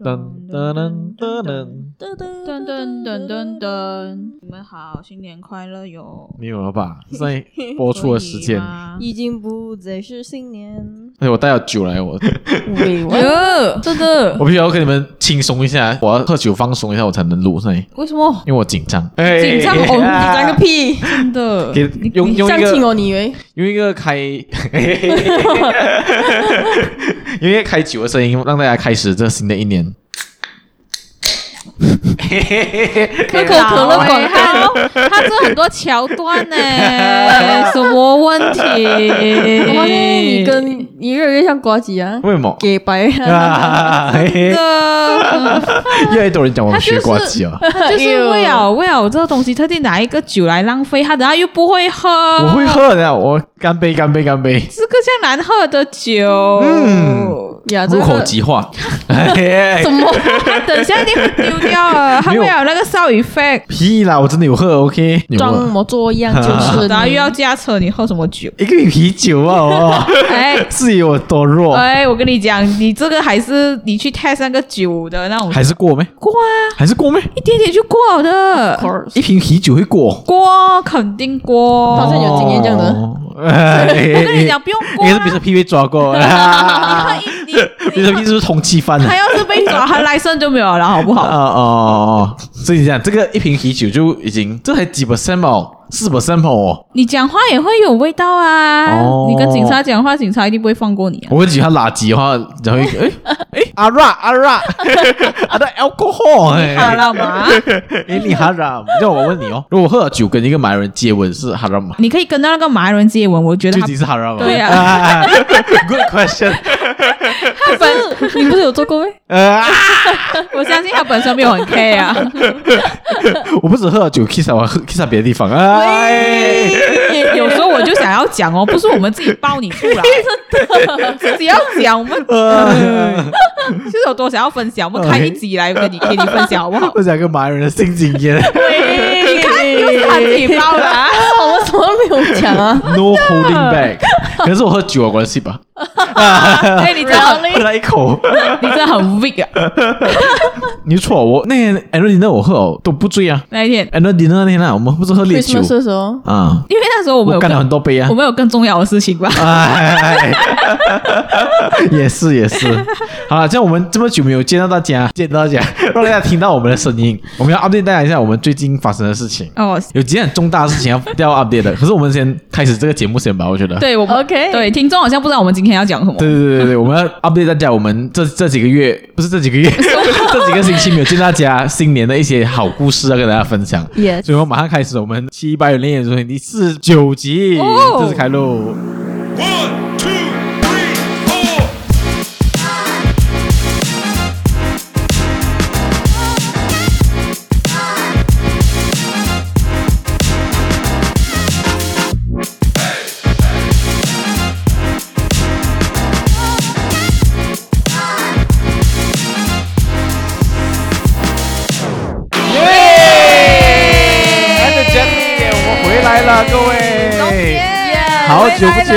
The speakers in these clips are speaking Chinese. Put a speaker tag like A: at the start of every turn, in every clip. A: 噔
B: 噔
A: 噔
B: 噔
A: 噔噔噔
B: 噔噔噔噔噔噔噔，
A: 你们好，新年快乐哟！
B: 你有没有把上一播出的时间？。
C: 已经不再是新年
B: 而且我带了酒来，我
A: 예!
C: 哟，真的
B: 我必须要跟你们轻松一下，我要喝酒放松一下，我才能录上一，
A: 为什么？
B: 因为我紧张。
C: 紧张哦，
B: 哎
C: 你紧张个屁！
A: 真的？
B: 给用
C: 你
B: 用
C: 相
B: 一
C: 信
B: 个
C: 哦，你以为？
B: 用一个开，用一个开酒的声音，让大家开始这新的一年。
A: 可
C: 可可乐广
A: 告，它这很多桥段呢，什么问题？
C: 我发现你跟你越来越像瓜子啊，
B: 为什 么？
C: 给白
B: 아.
C: 啊，
B: 啊嘿嘿
A: 的，
B: 越来越多人讲我们
A: 他就
B: 学
A: 是
B: 瓜子 啊！
A: 他就是为了为了这个东西特地拿一个酒来浪费他，然后又不会喝，
B: 我会喝的，我干杯，干杯，干 杯！
A: 这个这样难喝的酒，
B: 嗯
C: 呀，这
B: 入
C: 个
B: 口即 化。嘿嘿
A: 怎么？他等一下一定会丢掉了，他
B: 没有
A: 会有那个少雨费。
B: 屁啦，我真的有喝，OK？有
C: 装
B: 喝？
C: 模作样
A: 아.
C: 就是
A: 然后又
C: 你。
A: 要驾车，你喝什么酒
B: 一个啤酒啊，哦，
A: 哎
B: 至于我多弱，
A: 哎，我跟你讲，你这个还是你去 test 那个酒的那种
B: 还是过没？
A: 过啊，
B: 还是过没？
A: 一点点就过的，
B: 一瓶啤酒会过？
A: 过肯定过。
C: 好像有经验这样的
B: 的。
A: 我
B: 我
A: 跟你讲，，不用过
B: 应该是
A: 啦
B: 比特 P 被抓过。
A: 你喝一
B: 比特 P 是不是通缉犯
A: 你
B: 啊
A: 他？要是被抓，他来生就没有了，好不
B: 啊
A: 好？
B: 哦哦哦！所以你讲这个一瓶啤酒就已经，这才几 percent 哦，四 percent 哦。
A: 你讲话也会有味道啊！
B: 哦
A: 你跟警察讲话，警察一定不会放过你啊！
B: 我跟其他垃圾的话，然后一个哎哎阿拉阿拉阿的 alcohol 哎，
A: 好了嘛，
B: 哎你哈拉，让我问你哦，如果喝了酒跟一个马来人接吻是哈拉吗？
A: 你可以跟到那个马来人接吻，我觉得
B: 究
A: 他
B: 竟是哈拉吗？
A: 对啊
B: 啊，Good question。
C: 不是，你不是有做过咩？
B: 呃，
A: 我相信他本身没有很 care 啊。
B: 我不止喝了酒 kiss 啊我还 kiss 啊别的地方啊。哎
A: 有时候我就想要讲哦，不是我们自己爆你出来，真的自己要讲，我们
B: 呃，
A: 就是有多想要分享，我们开一集来跟你给你分享好不好？
B: 我讲个马来人的性经验
A: 예,你
C: 그
A: 看，又是他自己爆的、啊，
C: 我们什么都没有讲啊？
B: ，no holding back。可能是我喝酒有关系吧，
A: 哎、你真的很，
B: 喝了一口。
A: 你真的很 weak 啊！你
B: 你错，我那天 a n d 那我喝哦都不醉啊。
A: 那一天，
B: a n d 那天啊，我们不是喝烈酒
C: Christmas 的时候，
B: 啊，
A: 因为那时候我们
B: 我
A: 有
B: 干
A: 更
B: 了很多杯啊
A: 我。们有更重要的事情吧？
B: 哎， 也是也是，好了，这样我们这么久没有见到大家，见到大家，让大家听到我们的声音，我们要 update 大家一下我们最近发生的事情。
A: 哦，
B: 有几件重大的事情要要 update 的，可是我们先开始这个节目先吧，我觉得。
A: 对，我们
C: OK
A: 对，听众好像不知道我们今天要讲什么。
B: 对对对对对，我们要 update 大家，我们这这几个月不是这几个 月，这几个星期没有见到大家新年的一些好故事要跟大家分享。
C: Yes
B: 所以我们马上开始我们七八元恋人中心第四十九集
A: 哦
B: 正式开录。
D: One, two, three, four.
B: 来的讲解，我们回来了，各位。好久不见，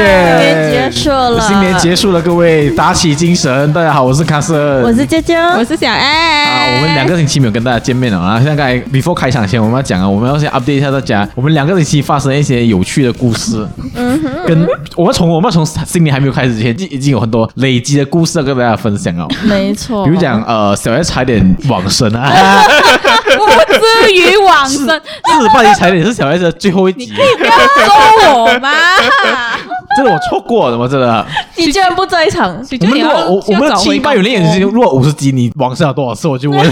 C: 新年结束了
B: 新年结束了，各位打起精神。大家好，我是卡森，
C: 我是娇娇，
A: 我是小爱，
B: 啊，我们两个星期没有跟大家见面了啊！现在刚才 before 开场前，我们要讲啊，我们要先 update 一下大家，我们两个星期发生了一些有趣的故事。跟我们从我们从新年还没有开始之前，就已经有很多累积的故事要跟大家分享了。
C: 没错。
B: 比如讲，呃，小 S 差一点往生 啊，
A: 不至于往生，
B: 四八零差一点是小 S 的最后一集，
A: 不要说我嘛。
B: 这个我错过了，我真的。
C: 你居然不在场，
B: 我们如果我我们的七八有练眼睛，如果五十集你往生了多少次，我 就问。。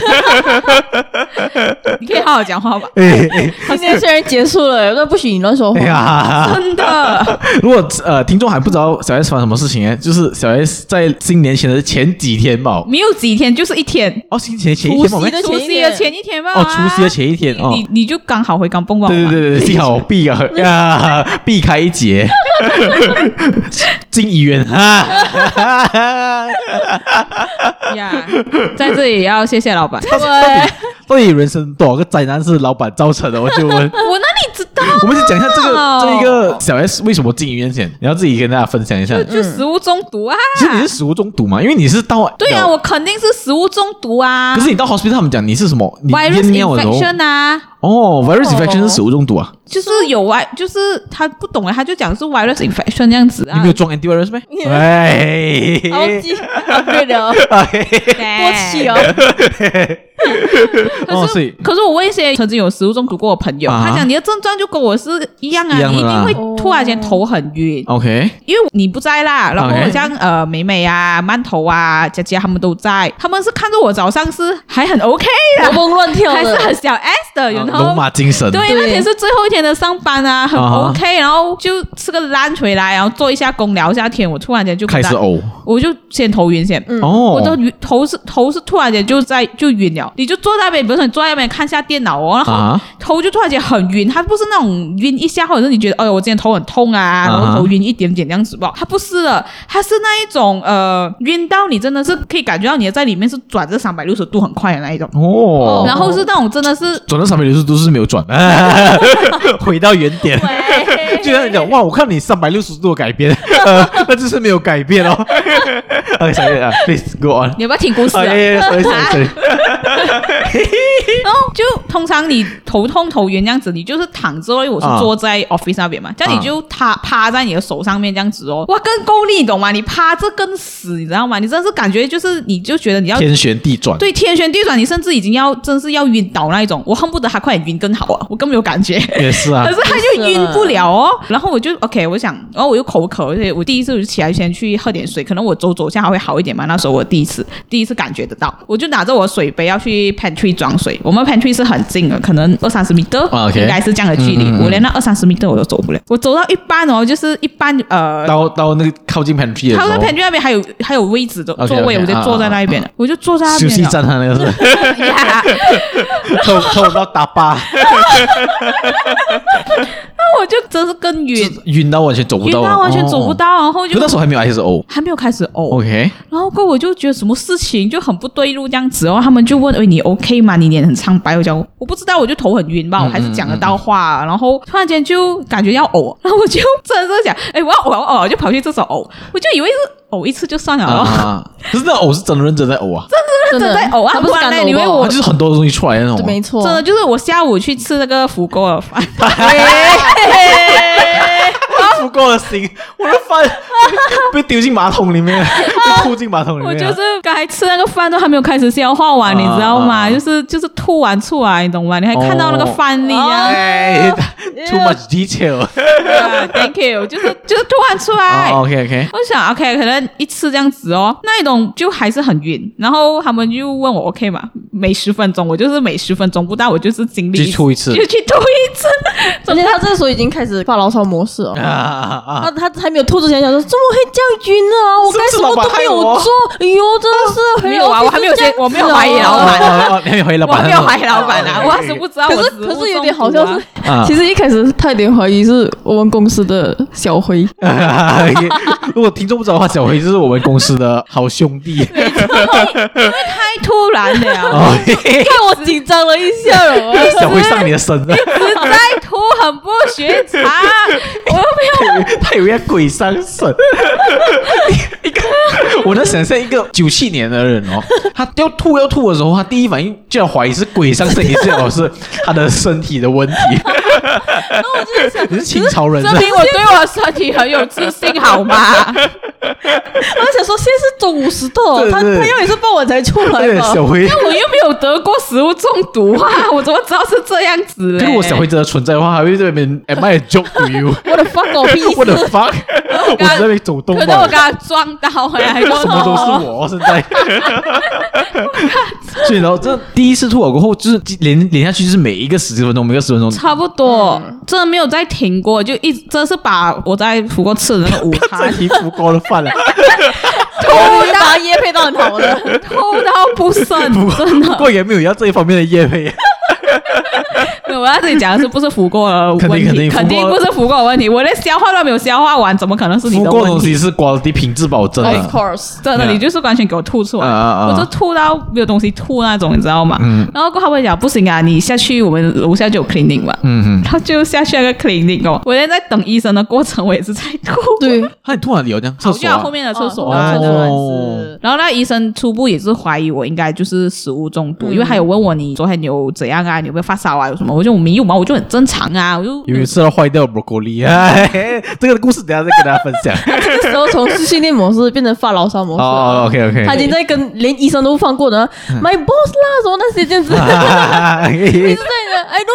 A: 你可以好好讲话吧
B: 哎哎
C: 今年虽然结束了，但不许你乱说话
B: 哎。呀！
A: 真的，
B: 如果呃听众还不知道小 S 发生什么事情呢，就是小 S 在新年前的前几天吧，
A: 没有几天，就是一天，
B: 哦，新年前一天吧，
C: 除夕的
A: 除夕的前一天吧。
B: 哦，除夕的前一天哦。
A: 你你就刚好回港蹦完嘛。
B: 对对对对，幸好我避啊啊，避开 一劫，进医院啊！
A: 对呀，在这 里也要谢谢老板。
B: 到底到底人生多少个灾难是老板造成的？我就
A: 我
B: 问，
A: 那
C: 里知道？
B: 我们就讲一下这
A: 哦
B: 个这一个小 S 为什么进医院先，然后自己跟大家分享一下。
A: 就食物中毒啊！
B: 其实你是食物中毒嘛？因为你是到
A: 对啊，我肯定是食物中毒啊
B: 可是你到 hospital 他们讲你是什么？你
A: ，virus
B: 验尿的时候
A: infection 啊，
B: 哦，virus infection 是食物中毒啊？
A: 就是有啊，就是他不懂啊，他就讲是 virus infection 这样子
B: 你
A: 啊
B: 没有，装 antivirus 咩？ 哎，
C: 好 记，对的哦，过
A: 过
C: 气哦。。
A: 哎
B: 哦
A: 可
B: 所以
A: 是，可是我问一些曾经有食物中毒过的朋友，
B: 啊
A: 他讲你的症状就跟我是一样啊，
B: 一样
A: 你
B: 的
A: 一
B: 啦
A: 定会突然间头很晕，
B: OK，
A: 因为你不在啦。然后
B: OK
A: 像呃美美啊、馒头啊、佳佳他们都在，他们是看着我早上是还很 OK
C: 活
A: 的，
C: 蹦乱跳
A: 还是
C: 的，
A: 很小 S 的，然
B: 啊龙
A: 后。
B: 马精神。
A: 对，
C: 对
A: 那天是最后一天的上班啊，很
B: 啊哈
A: OK，、然后就吃个烂回来，然后做一下工聊一下天，我突然间就
B: 开始，呕。
A: 我就先头晕先，
C: 嗯
B: 哎哦，
A: 我的晕头是头是突然间就在就晕了，你就坐在那边，比如说你坐在那边看一下电脑哦，然后
B: 啊，
A: 头就突然间很晕，它不是那种晕一下，或者是你觉得哎呦我今天头很痛啊，
B: 啊哈
A: 然后头晕一点点这样子吧，它不是的，它是那一种呃晕到你真的是可以感觉到你在里面是转这三百六十度很快的那一种，
B: 哦，
A: 然后是那种真的是
B: 转到三百六十度是没有转， 回到原点。
A: 哎
C: 喂
B: 就像你 讲，哇，我看你三百六十度的改变， 呃那就是没有改变 哦。OK，sorry 啊，please go on。
A: 你要不要听故事、啊？
B: 哎，sorry sorry sorry。
A: 然后就通常你头痛头晕这样子，你就是躺着哦，因为我是
B: 啊
A: 坐在 office 那边嘛，这样
B: 啊
A: 你就趴趴在你的手上面这样子哦，哇，更够力，你懂吗？你趴着更死，你知道吗？你真的是感觉就是，你就觉得你要
B: 天旋地转。
A: 对天旋地转，你甚至已经要真是要晕倒那一种，我恨不得他快点晕更好啊，我根本没有感觉。
B: 也是啊
A: 可，是他就晕不了哦，然后我就 OK，我想，然后我又口渴，而且我第一次我就起来先去喝点水，可能我走走一下还会好一点嘛。那时候我第一次第一次感觉得到，我就拿着我的水杯要去 pantry 装水。我们 pantry 是很近的，可能二三十米的
B: 啊，OK
A: 应该是这样的距离。
B: 嗯嗯嗯
A: 我连那二三十米的我都走不了，我走到一半哦，就是一半呃，
B: 到到那个靠近 pantry 啊的时
A: 他在
B: 候，
A: pantry 那边还有还有位置的
B: OK，OK，
A: 座位，我就
B: 啊
A: 坐在那一边，我就坐在那
B: 休
A: 边
B: 息
A: 了
B: 站啊他那个 是
A: 呀
B: 偷偷到打巴，
A: 那我就真是更晕，
B: 晕到完全走不
A: 晕
B: 到啊，
A: 到完全走不
B: 哦。
A: 到，然后
B: 可
A: 就
B: 那时候还没有 ISO。
A: 还没有开始呕。
B: OK，
A: 然后过后我就觉得什么事情就很不对路这样子哦，他们就问：“哎，你 OK 吗？你脸很苍白。”我讲：“我不知道，我就头很晕
B: 嗯
A: 吧，我还是讲得到话啊、然后突然间就感觉要呕，然后我就真的是讲：“哎，我要呕，我要呕！”我就跑去厕所呕，我就以为是呕一次就算了哦。
B: 啊，可是那呕是真的认真在呕啊，
C: 真
A: 的在呕啊
C: 他不是
A: 不然
C: 干
A: 嘞
C: 呕
A: 你以为
C: 吧
A: 我哦
B: 它就是很多东西出来的那种
C: 对
B: 啊。
C: 没错，
A: 真的就是我下午去吃那个福锅的饭，
B: 哎
C: 哎
B: 不够的心，我的饭被丢进马桶里 面，被吐进马桶里
A: 我
B: 面。
A: 就是刚才吃那个饭都还没有开始消化完，
B: 啊
A: 你知道
B: 啊哦
A: 吗？就是就是吐完出来，你懂吗？你还看到那个饭粒啊。
B: 哎，too much detail。
A: 啊 Thank you，就是就是突然出来。
B: OK OK，
A: 我想 OK，可能一次这样子哦，那一种就还是很晕。然后他们就问我 OK 嘛，每十分钟我就是每十分钟不到我就是经历
B: 去吐一次
A: 就去吐一 次。
C: 而且他这个时候已经开始发牢骚模式了。
A: 哎
B: 啊啊
C: 他他还没有吐之前想说，怎么会这样晕啊？我
B: 是
C: 该
B: 不是
C: 什么都没有
B: 老板害我
C: 做，哎呦，真的是
A: 没有啊我还没有
C: 接
A: 接，我没有怀疑老
B: 啊！
A: 板
B: 哦哦哦你有回老
A: 我
B: 板，
A: 没有怀疑老板啊，
B: 哦
A: 我还是不知道我
C: 可是
A: 食物
C: 可是
A: 中
C: 有点
A: 毒
C: 好像
A: 啊
C: 是，
B: 啊
C: 其实一开始他有点怀疑是我们公司的小辉，
B: 如果听众不知道的话，小辉就是我们公司的好兄弟。
A: 太突然了，
B: 哦，嘿嘿
C: 看我紧张了一下 了，我
B: 小辉上你的身了，
A: 实在吐很不寻常，我又没有。
B: 他以为他鬼上身。一个，我能想象一个九七年的人哦，他要吐要吐的时候，他第一反应就要怀疑是鬼上身，也是哦是他的身体的问题。你是清朝人是
A: 证
B: 吧？
A: 明我对我身体很有自信，好 吗？
C: 我想说现在是中午时段，
B: 对
C: 他
B: 对
C: 他要也是傍晚才出来
B: 对，
C: 吧？
B: 小辉。
A: 我又没有得过食物中毒啊，我怎么知道是这样子、欸？
B: 如果小辉真的存在的话，还会在那边 Am I a joke to you？
C: 我的 fuck 我屁事
B: 我的 fuck！我 在那边走动
A: 可能我
B: 吧
A: 刚，刚撞到回来，
B: 什么都是我现在。 所以，然后这第一次吐了过后，就是连连下去，就是每一个十分钟，每个十分钟，
A: 差不多，真的没有再停过，就一直真的是把我在福国吃的那个午
B: 再
A: 餐
B: 提福高的饭了。
C: 我就把叶配到很好 的，
A: 吐到不剩，真
B: 不
A: 的。
B: 过也没有要这一方面的业配，
A: 我在这里讲的是不是服过的
B: 肯定
A: 问题，
B: 肯
A: 肯
B: 定
A: 定
B: 服过
A: 不是服过的问题。我连消化都没有消化完，怎么可能是你
B: 不
A: 的
B: 过
A: 问
B: 东
A: 题？
B: 西是 quality 品质保证啊
C: Of
B: 的，
C: course，
A: 真的，
B: Yeah
A: 你就是完全给我吐出来，
B: 啊啊啊
A: 我就吐到没有东西吐那种，你知道吗？
B: 嗯
A: 然后过后他们讲不行啊，你下去我们楼下就有 clinic 嘛，
B: 嗯嗯，
A: 他就下去那个 clinic 哦，我连在等医生的过程，我也是在吐，
C: 对，
B: 那你突然有这样厕
A: 跑
B: 所
A: 去他
B: 啊
A: 后面的厕所
B: 哦
A: 啊，
C: 哦真
A: 对
C: 的
B: 哦
C: 是。
A: 然后那医生初步也是怀疑我应该就是食物中
B: 嗯
A: 毒，因为他有问我你昨天有怎样啊，你有没有发烧啊，有什么？我就没有嘛，我就很正常啊， 我就
B: 因为吃到坏掉的 broccoli，哎，这个故事等一下再跟大家分享。
C: 这时候从视训练模式变成发牢骚模式了。
B: 哦，OK 嗯 OK，
C: 他已 经 在跟连医生都放过了，my boss 啦，什么那些这 样子，一直在讲，I don't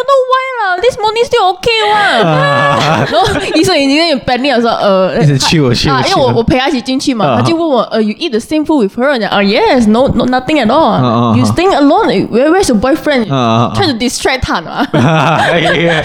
C: know why 啦，this morning still okay
B: 啊
C: 哇。 然后医生已经有点 b a d 了，说呃，
B: 一直 chill chill，
C: 啊，因为我我陪他一起进去嘛，
B: 啊
C: 他就问我，呃，you eat the same food with her？我讲啊，yes，no no nothing at
B: 啊啊
C: all，you staying alone，where where's your
B: 啊啊啊啊
C: boyfriend？try to distract 他呢。
B: 哎
A: 呀，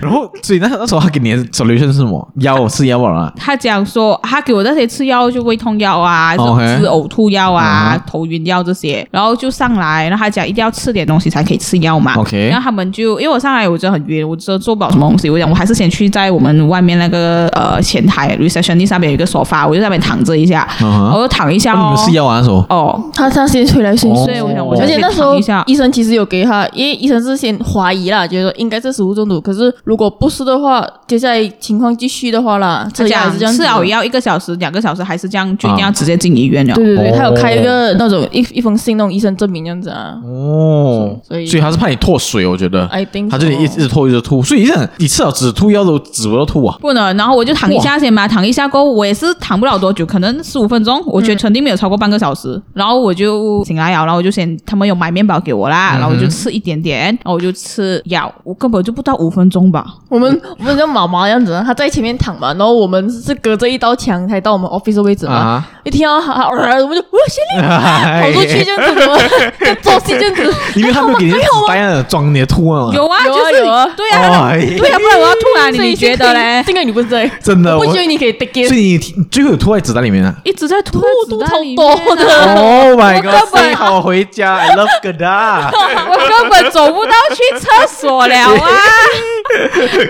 B: 然后所以那那时候他给你的 solution 是什么？药是药丸啊？
A: 他讲说他给我那些吃药，就胃痛药啊，这种
B: OK
A: 治呕吐药啊
B: 哦嗯哼
A: 头晕药这些，然后就上来，然后他讲一定要吃点东西才可以吃药嘛。
B: OK
A: 然后他们就因为我上来我真的很晕，我真的做不了什么东西，我讲我还是先去在我们外面那个呃前台 reception 上面有一个沙发，我就在那边躺着一下，
B: 嗯哼
A: 我就躺一下、
B: 那你
A: 哦。
B: 们是药丸的时候？
A: 哦，
C: 他他先回来先
B: 哦
C: 睡
A: 所以我想我
B: 而
C: 而
B: 且
A: 先
C: 且那时
A: 躺
C: 候
A: 一下
C: 医生其实有给他，因为医生是先怀疑啦，觉得应该是食物中毒。可是如果不是的话，接下来情况继续的话啦，
A: 他
C: 这样还是这样
A: 吃
C: 子。
A: 好药一个小时、两个小时还是这样，就一定
B: 啊
A: 要直接进医院了。
C: 对对对，
B: 哦
C: 他有开一个那种一一封信，那种医生证明这样子啊。
B: 哦，
C: 所以
B: 所以他是怕你脱水，哦我觉得
C: I think
B: 他就得
C: so
B: 一直吐一直吐，所以这样你吃了止吐药都止不到吐啊。
A: 不能，然后我就躺一下先嘛，躺一下过后，我也是躺不了多久，可能十五分钟，我觉得肯定没有超过半个小时。然后我就醒来了，然后我就先他们有买面包给我啦，然后我就吃一点点，然后我就吃药，我根本就不到五分钟吧。
C: 我们我们像毛毛这样子啊，他在前面躺嘛，然后我们是隔着一道墙才到我们 office 的位置嘛。
B: 啊，
C: 一听到他，他我们就哇，先练，跑出去这样子，怎么 就做戏这样子？
B: 哎因为他们给你纸袋那种装你的吐啊。
A: 有啊，
C: 有啊
A: 就是
C: 有啊
A: 对啊，
B: 哎
A: 对啊，不然我要吐啊，
C: 所以
A: 你觉得嘞？
C: 这个你不是在，
B: 真的
C: 我
B: 我
C: 不觉得你可以 take it
B: 所。以你最后有吐在纸袋里面啊。
A: 一直在吐
C: 吐
A: 在
C: 超
A: 里
C: 多
A: 面啊
C: 的
B: Oh my god！
A: 根本
B: 幸好我回家，I love Gada。
A: 我根本走不到去厕所了啊！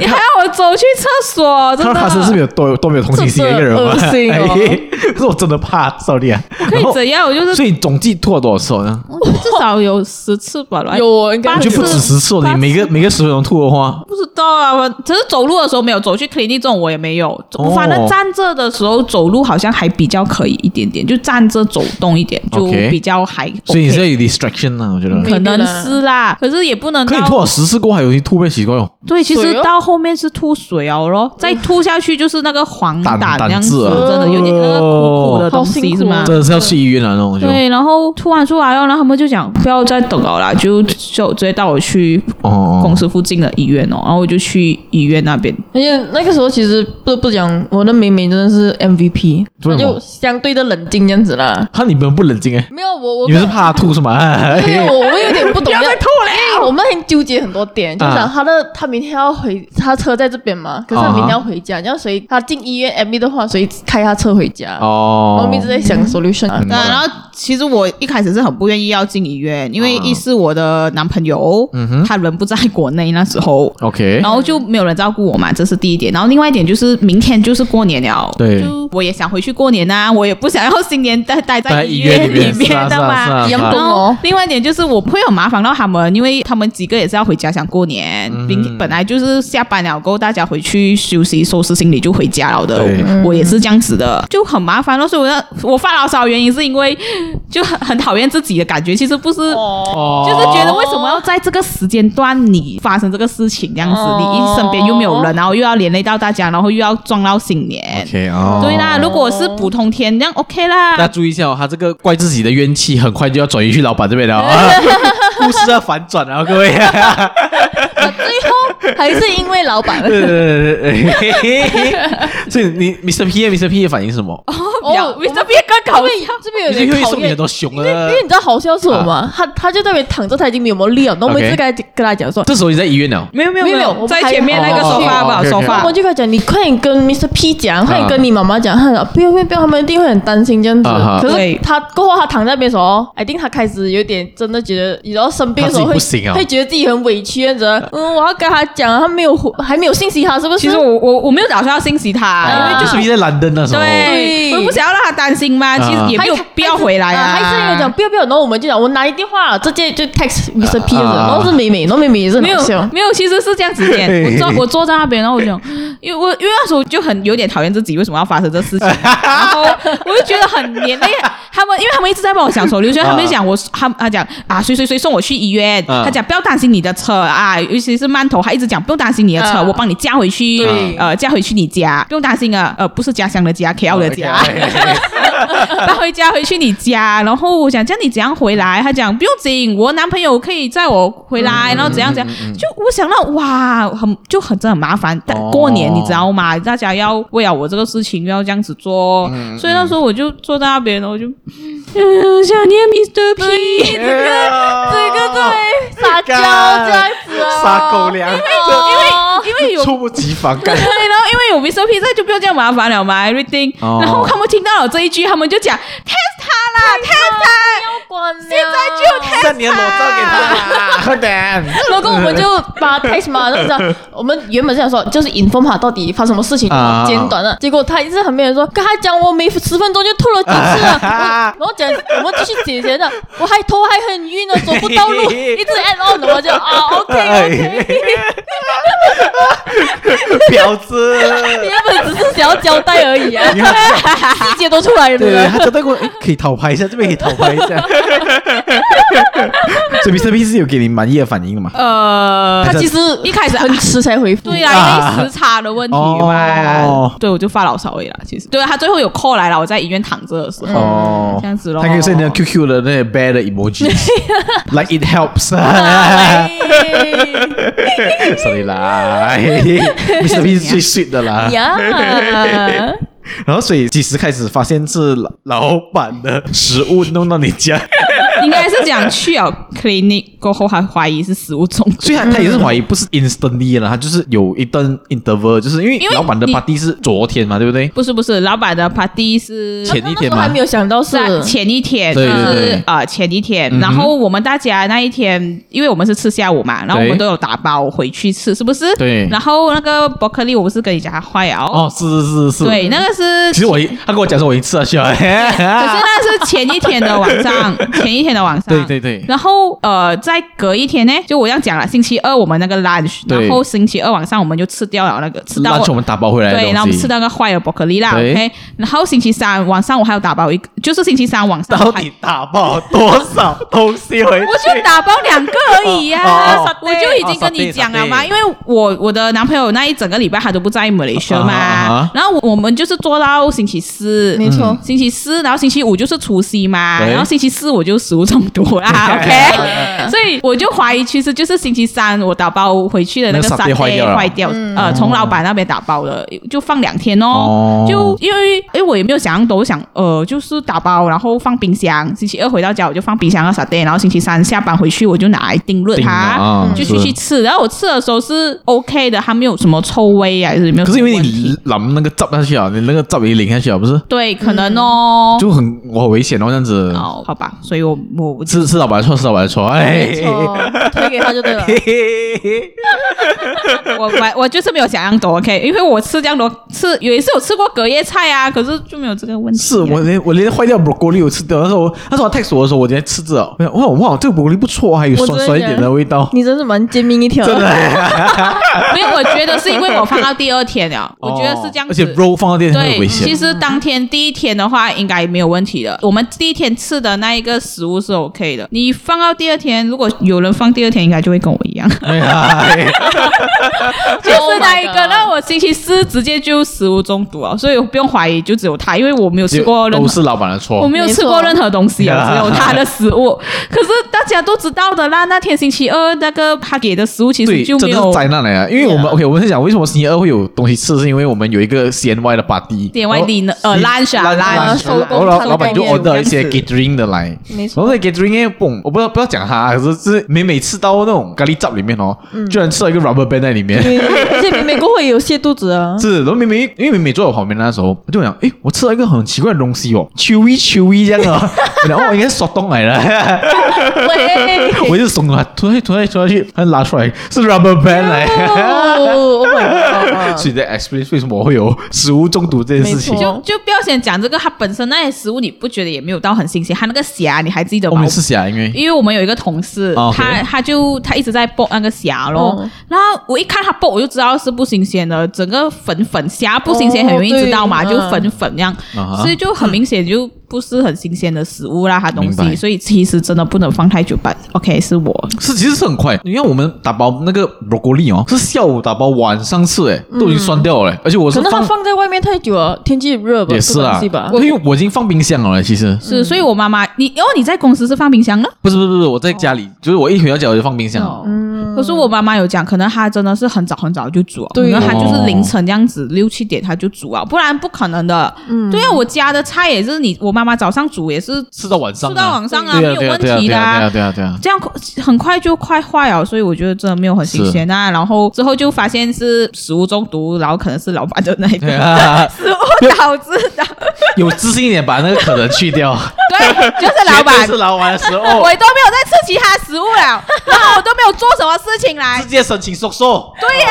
A: 你还要我走去厕所，真
B: 他
A: 的？啊
B: 他身是没有多都没有同情心的一个人吗？哎
C: 真的 恶心哦
B: 可是我真的怕，sorry 啊。
A: 可
B: 然
A: 以
B: 后
A: 怎样？我就是
B: 所以总计吐了多少次哦呢？
A: 至少有十次吧，来
C: 有啊，应该
A: 八
B: 就
A: 次
B: 不止十次哦，你
A: 八次
B: 每个每个十分钟吐的话，
A: 不知道啊，我只是走路的时候没有走去 clinic 这种，我也没有。
B: 哦
A: 我反正站着的时候走路好像还比较可以一点点，就站着走动一点就
B: OK
A: 比较还 OK。
B: 所以你是有 distraction 啊，我觉得。
A: 可能是啦，可是也不能
B: 可以
A: 到
B: 吐了十次过后还有一吐被奇怪哦，
A: 对，其
C: 水
A: 实
C: 哦
A: 到后面是吐水哦咯，再吐下去就是那个黄
B: 胆
A: 疸
B: 胆
A: 那样子，
B: 汁啊
A: 真的有点那个苦苦的东
C: 好辛
A: 西
C: 苦
A: 是吗
C: 啊？
B: 真的是要去医院了那种就。
A: 对，然后突然出来哦，然后他们就讲不要再等了啦，就就直接带我去
B: 哦哦，
A: 公司附近的医院哦，然后我就去医院那边。
C: 而且那个时候其实不不讲，我的美美真的是 MVP，
B: 为
C: 她
B: 什么
C: 就相对的冷静这样子啦。
B: 看你们不冷静哎，
C: 没有我我
B: 你们是怕吐 是吗？哎
C: 没有哎我们有点 不懂，要
A: 吐
C: 因为我们很纠结很多点，就
B: 啊
C: 想他的他明天要回，他车在这边嘛，可是他
B: 啊哈
C: 明天要回家，然后谁他进医院 M E 的话，谁开他车回家？我
B: 哦嗯
C: 们一直在想 solution 啊。
A: 对，然后其实我一开始是很不愿意要进医院，因为一是我的男朋友，
B: 嗯
A: 他人不在国内那时候。
B: OK，
A: 然后就没有人照顾我嘛，这是第一点。然后另外一点就是，明天就是过年了，
B: 对
A: 就我也想回去过年呐、我也不想要新年待待
B: 在
A: 在
B: 医
A: 医
B: 院里面
A: 面
B: 是啊
A: 的
B: 是啊是啊
A: 嘛。
B: 是啊
A: 然后
C: 哦
A: 另外一点就是，我不会很麻烦到他们，因为他们几个也是要回家想过年，明天本来就是下班了过后大家回去休息收拾行李就回家了的
B: 对。
A: 我也是这样子的，就很麻烦咯。所以我要我发牢骚的原因是因为就很很讨厌自己的感觉，其实不是。
B: 哦
A: 就是觉得为什么要在这个时间段你发生这个事情这样子，
C: 哦
A: 你一身边又没有人，然后又要连累到大家，然后又要撞到新年。
B: OK 哦，
A: 对啦，如果是普通天，这样 OK
B: 大家
A: 啦。
B: 注意一下哦，他这个怪自己的怨气很快就要转移去老板这边了 啊，故事要反转了啊，各 位。
C: 最后还是 因为老板，
B: 对对对对对，所以你 Mr P 和 Mr P 的反应是什么？
A: 比较
C: 哦我
A: Mr. B 更搞
C: 这边
A: 笑。
C: 这边有
B: 你就
C: 点
B: 会
C: 讨
B: 送你
C: 厌
B: 很。多熊啊
C: 因为因
B: 的啊
C: 为。你知道好笑是什么吗？他他就在那边躺着，他已经没有毛力了。然后我们一直
B: OK
C: 跟他跟他讲说，
B: 这时候你在医院了，
A: 没有没有
C: 没有
A: 没
C: 我们
A: 有，在前面那个
B: 还
A: 手发吧，
B: 哦
A: 手
C: 我
A: 发
C: 们。就跟他讲，你快点跟 Mr. P
B: 啊
C: 讲，快点跟你妈妈讲。他讲不用不用不用，他们一定会很担心这样子
B: 啊啊。
C: 可是
A: 对
C: 他过后他躺在那边的时候，I think 他开始有点真的觉得，你知道生病的时候
B: 他
C: 会
B: 自己不行啊
C: 会觉得自己很委屈，这样子。嗯，我要跟他讲，他没有还没有信息他是不是？
A: 其实我我我没有打算要欣喜
C: 啊
B: 因
A: 他，
B: 为就是因为在兰登那时候，
A: 对，
C: 对
A: 我不想要让他担心嘛，其实也没有必要回来啊。
C: 还是有讲不要不要，然后我们就讲我拿你电话，直接就 text Mr. P
B: 啊
C: 了，
B: 啊啊
C: 然后是美美，然后美美也是很
A: 没有
C: 好笑。
A: 没有，其实是这样子的。我坐我坐在那边，然后我就，因为我因为那时候我就很有点讨厌自己为什么要发生这事情，然后我就觉得很连累。他们因为他们一直在帮我想手榴弹，他们就讲我，他他讲啊谁谁谁送我去医院，
B: 啊
A: 他讲不要担心你的车啊，尤其是馒头，他一直讲不用担心你的车，
C: 啊
A: 我帮你驾回去
B: 对，
A: 呃驾回去你家，不用担心啊，呃不是家乡的家，KL 的家。 搬回家，回去你家。然后我想叫你怎样回来，他讲不用紧，我男朋友可以载我回来，然后怎样怎样。就我想到哇，很就很真的很麻烦。但
B: 哦
A: 过年你知道吗？大家要为了我这个事情要这样子做，所以那时候我就坐在那边，我就嗯想念 Mr. P。
B: 这个
C: 这个对撒娇这样子啊，
B: 撒狗粮，
C: 哦
A: 因为有
B: 猝不及防 干。
A: 对，然后因为有 Mr. P 在，就不用这样麻烦了嘛，everything。
B: 哦
A: 然后他们听到了这一句，他们就讲 test 他啦，test 他。
C: 不要管了，现
A: 在
B: 像你的裸照给他，快点！
C: 然后我们就把 text 嘛，然后讲我们原本是想说就是 inform 他到底发生什么事情
B: 啊，
C: 简短的。结果他一直很没有说，跟他讲我每十分钟就吐了几次了，然后讲我们继续解决的，我还头还很晕呢，走不到路，一直 add on，我就啊 OK
B: 哎
C: OK，
B: 婊子！
C: 原本只是想要交代而已啊，
B: 你看，
C: 细节都出来
B: 对对，
C: 了。
B: 他交代过，哎诶可以讨拍一下，这边可以讨拍一下。 所以 Mr. P 是有给你满意的反应的嘛？
A: 呃，
C: 他其实
A: 一开始
C: 很迟才回复，
A: 对啊，因为时差的问题嘛。
B: 哦
A: 对，我就发牢骚而已啦。其实，对啊他最后有 call 来了，我在医院躺着的时候，
B: 哦，
A: 嗯这样子咯。
B: 他可以说你的 QQ 的那些 bad 的 emoji，like it helps。
C: 哎
B: sorry 啦，Mr. P 是最 sweet 的啦。
A: 呃
C: 呀，
B: 然后所以几时开始发现是老老板的食物弄到你家？
A: 应该是讲去了 clinic 过后，还怀疑是食物中毒。
B: 所以他他也是怀疑不是 instantly 了，他就是有一段 interval，就是因为
A: 因为
B: 老板的
A: 你
B: party 是昨天嘛，对不对？
A: 不是不是，老板的 party 是
B: 前一
C: 那时
B: 天
C: 候还
B: 嘛
C: 没，有想到是
A: 在啊前一天，
B: 对对对
A: 是啊前一天
B: 嗯哼，
A: 然后我们大家那一天，因为我们是吃下午嘛，然后我们
B: 对
A: 都有打包回去吃，是不是？
B: 对
A: 然后那个伯克利，我不是跟你讲它坏了？
B: 哦，是是是是，
A: 对，。那个是
B: 其实我一啊他跟我讲说我已经吃了下
A: 可是
B: 来，
A: 那是前一天的晚 上，前一天的晚上。
B: 对对对
A: 然后呃，再隔一天呢，就我要讲了，星期二我们那个 lunch，
B: 对
A: 然后星期二晚上我们就吃掉了那个吃到
B: 那是我们打包回来的东
A: 对，
B: 西，
A: 然后我们吃到那个坏的伯克利啦
B: 对
A: ，OK。然后星期三晚上我还有打包一个，就是星期三晚上
B: 到
A: 我还
B: 底打包多少东西回去？
A: 我 就打包两个而已呀、
B: 哦哦哦
A: 我就已经跟你讲了嘛，
B: 哦，satay，satay
A: 因为我我的男朋友那一整个礼拜他都不在马来西亚嘛，
B: 啊啊啊
A: 然后我们就是做到星期四，
C: 没错
A: 星期四，然后星期五就是除夕嘛，
B: 对
A: 然后星期四我就食物中毒 啦啊，OK，所
C: 啊
B: 嗯
A: 以我就怀疑其实就是星期三我打包回去的那个
B: 那个
A: satay
B: satay 坏掉了嗯
A: 坏掉，呃，从老板那边打包的，就放两天
B: 哦
A: 哦，就因为因为我也没有想那么多，我想呃就是打包，然后放冰箱，星期二回到家我就放冰箱要撒店，然后星期三下班回去我就拿来定论
B: 定了
A: 它
B: 啊，
A: 就是继续吃。然后我吃的时候是 OK 的，它没有什么臭味啊，还是没有
B: 可
A: 什
B: 是
A: 么
B: 因
A: 问题。
B: 为你嗯淋那个汁下去啊，你那个汁也淋下去啊，不是
A: 对，可能哦。
B: 就很我很危险哦，这样子。
A: 哦，好吧，所以我我我
B: 是是老板的错，是老板的错。哎，
C: 错，推给他就对了。
A: 我我我就是没有想象多 OK，因为我吃这样多吃有一次我吃过隔夜菜啊，可是就没有这个问题啊。
B: 是我连我连坏掉 broccoli 我吃掉，那时候我那时候他 text 我的时候，我直接吃着，我想哇哇，这个 broccoli 不错，还有
C: 我
B: 酸
C: 真的
B: 酸一点的味道。
C: 你真是蛮贱命一条，真的。
A: 没有，我觉得是因为我放到第二天 了，我觉得是这样
B: 哦而
A: 子。
B: 且 roll 放到电很
A: 对，
B: 危险
A: 其。实当天第一天的话应该没有问题的。我们第一天吃的那一个食物是 OK 的，你放到第二天，如果有人放第二天，应该就会跟我一一 样。
B: 哎
A: 就是
C: 是
A: 那一个，那我星期四直接就食物中毒啊，所以我不用怀疑，就只有他，因为我没有吃过任
B: 都
A: 何，
B: 是老板的错
A: 我。没有吃过任何东西啊，只有他的食物。可是大家都知道的啦，那天星期二那个他给的食物其
B: 对，
A: 实就
B: 真的
A: 没
B: 是
A: 有
B: 灾难来啊！因为我们 OK，我们是讲为什么星期二会有东西吃，是因为我们有一个 CNY 的 party，
A: CNY dinner，呃
B: 然后
A: lunch 啊
B: lunch，
C: lunch，手
B: 然后
C: 工
B: 老
C: 餐
B: 老板就
C: 概念
B: order 一些
A: 这样
B: gathering 的来，
C: 没
B: 然
C: 错
B: 后那 gathering 蹦，我不知道不要讲他，可是是每每次到那种咖喱 job 里面哦，
A: 嗯
B: 居然吃到一个 rubber band 在 里面。
C: 而且美国会有泻肚子啊，
B: 是，然后明明因为明明坐在我旁边那时候，我就想，诶，我吃到一个很奇怪的东西哦，秋一秋一这样啊， 然后我应该是索东来的，
C: 喂
B: 我一直松了，突然突然突然去，他拉出来是 rubber band 来。
A: 啊
C: 哦
A: 嗯
C: ，Oh my god！
B: 所以在 explain 为什么我会有食物中毒这件事情
C: 没。错
A: 就就不要先讲这个，它本身那些食物你不觉得也没有到很新鲜，它那个虾你还记得
B: 我
A: 吗？
B: 们吃虾，因为
A: 因为我们有一个同事，
B: 啊，OK 哦
A: 他他就他一直在剥那个虾咯，
C: 嗯
A: 然后我一看他剥，我就知道是不新鲜的，整个粉粉虾不新鲜，
C: 哦
A: 很容易知道嘛，
C: 对
A: 就
C: 嗯
A: 粉粉那样，
B: 啊哈
A: 所以就很明显就不是很新鲜的食物啦，它东
B: 明白
A: 西，所以其实真的不能放太久吧。OK，是我
B: 是其实是很快。你看我们打包那个 broccoli 哦，是下午打包，晚上吃，哎，
A: 嗯
B: 都已经酸掉了，哎而且我
C: 可
B: 是
C: 能它放在外面太久了，天气热吧，
B: 也是
C: 不
B: 啊
C: 能吃吧，
B: 因为我已经放冰箱了，哎其实
A: 是，所以我妈妈，你哦你在公司是放冰箱的？
B: 不是不是不是，我在家里，就是我一回到家我就放冰箱了。
A: 哦，可是我妈妈有讲，可能她真的是很早很早就煮啊了，可
C: 对
A: 能她就是
B: 哦
A: 凌晨这样子六七点她就煮啊了，不然不可能的。对啊，我家的菜也是你，我妈妈早上煮也是
B: 吃到晚上啊，
A: 吃到晚上啊
B: 对
A: 没有问
B: 对啊
A: 题
B: 对
A: 的
B: 啊
A: 啊
B: 对啊对啊对啊，
A: 这样很快就快坏了，所以我觉得真的没有很新鲜啊。然后之后就发现是食物中毒，然后可能是老板的那一个
B: 对啊
A: 食物导致的，
B: 有自信一点，把那个可能去 掉。
A: 对，就是 老
B: 绝对
A: 板
B: 是。老板的时 候
A: 我，都没有在吃其他食物了，然后我都没有做什么事情来
B: 直。接神情烁烁。
A: 对呀、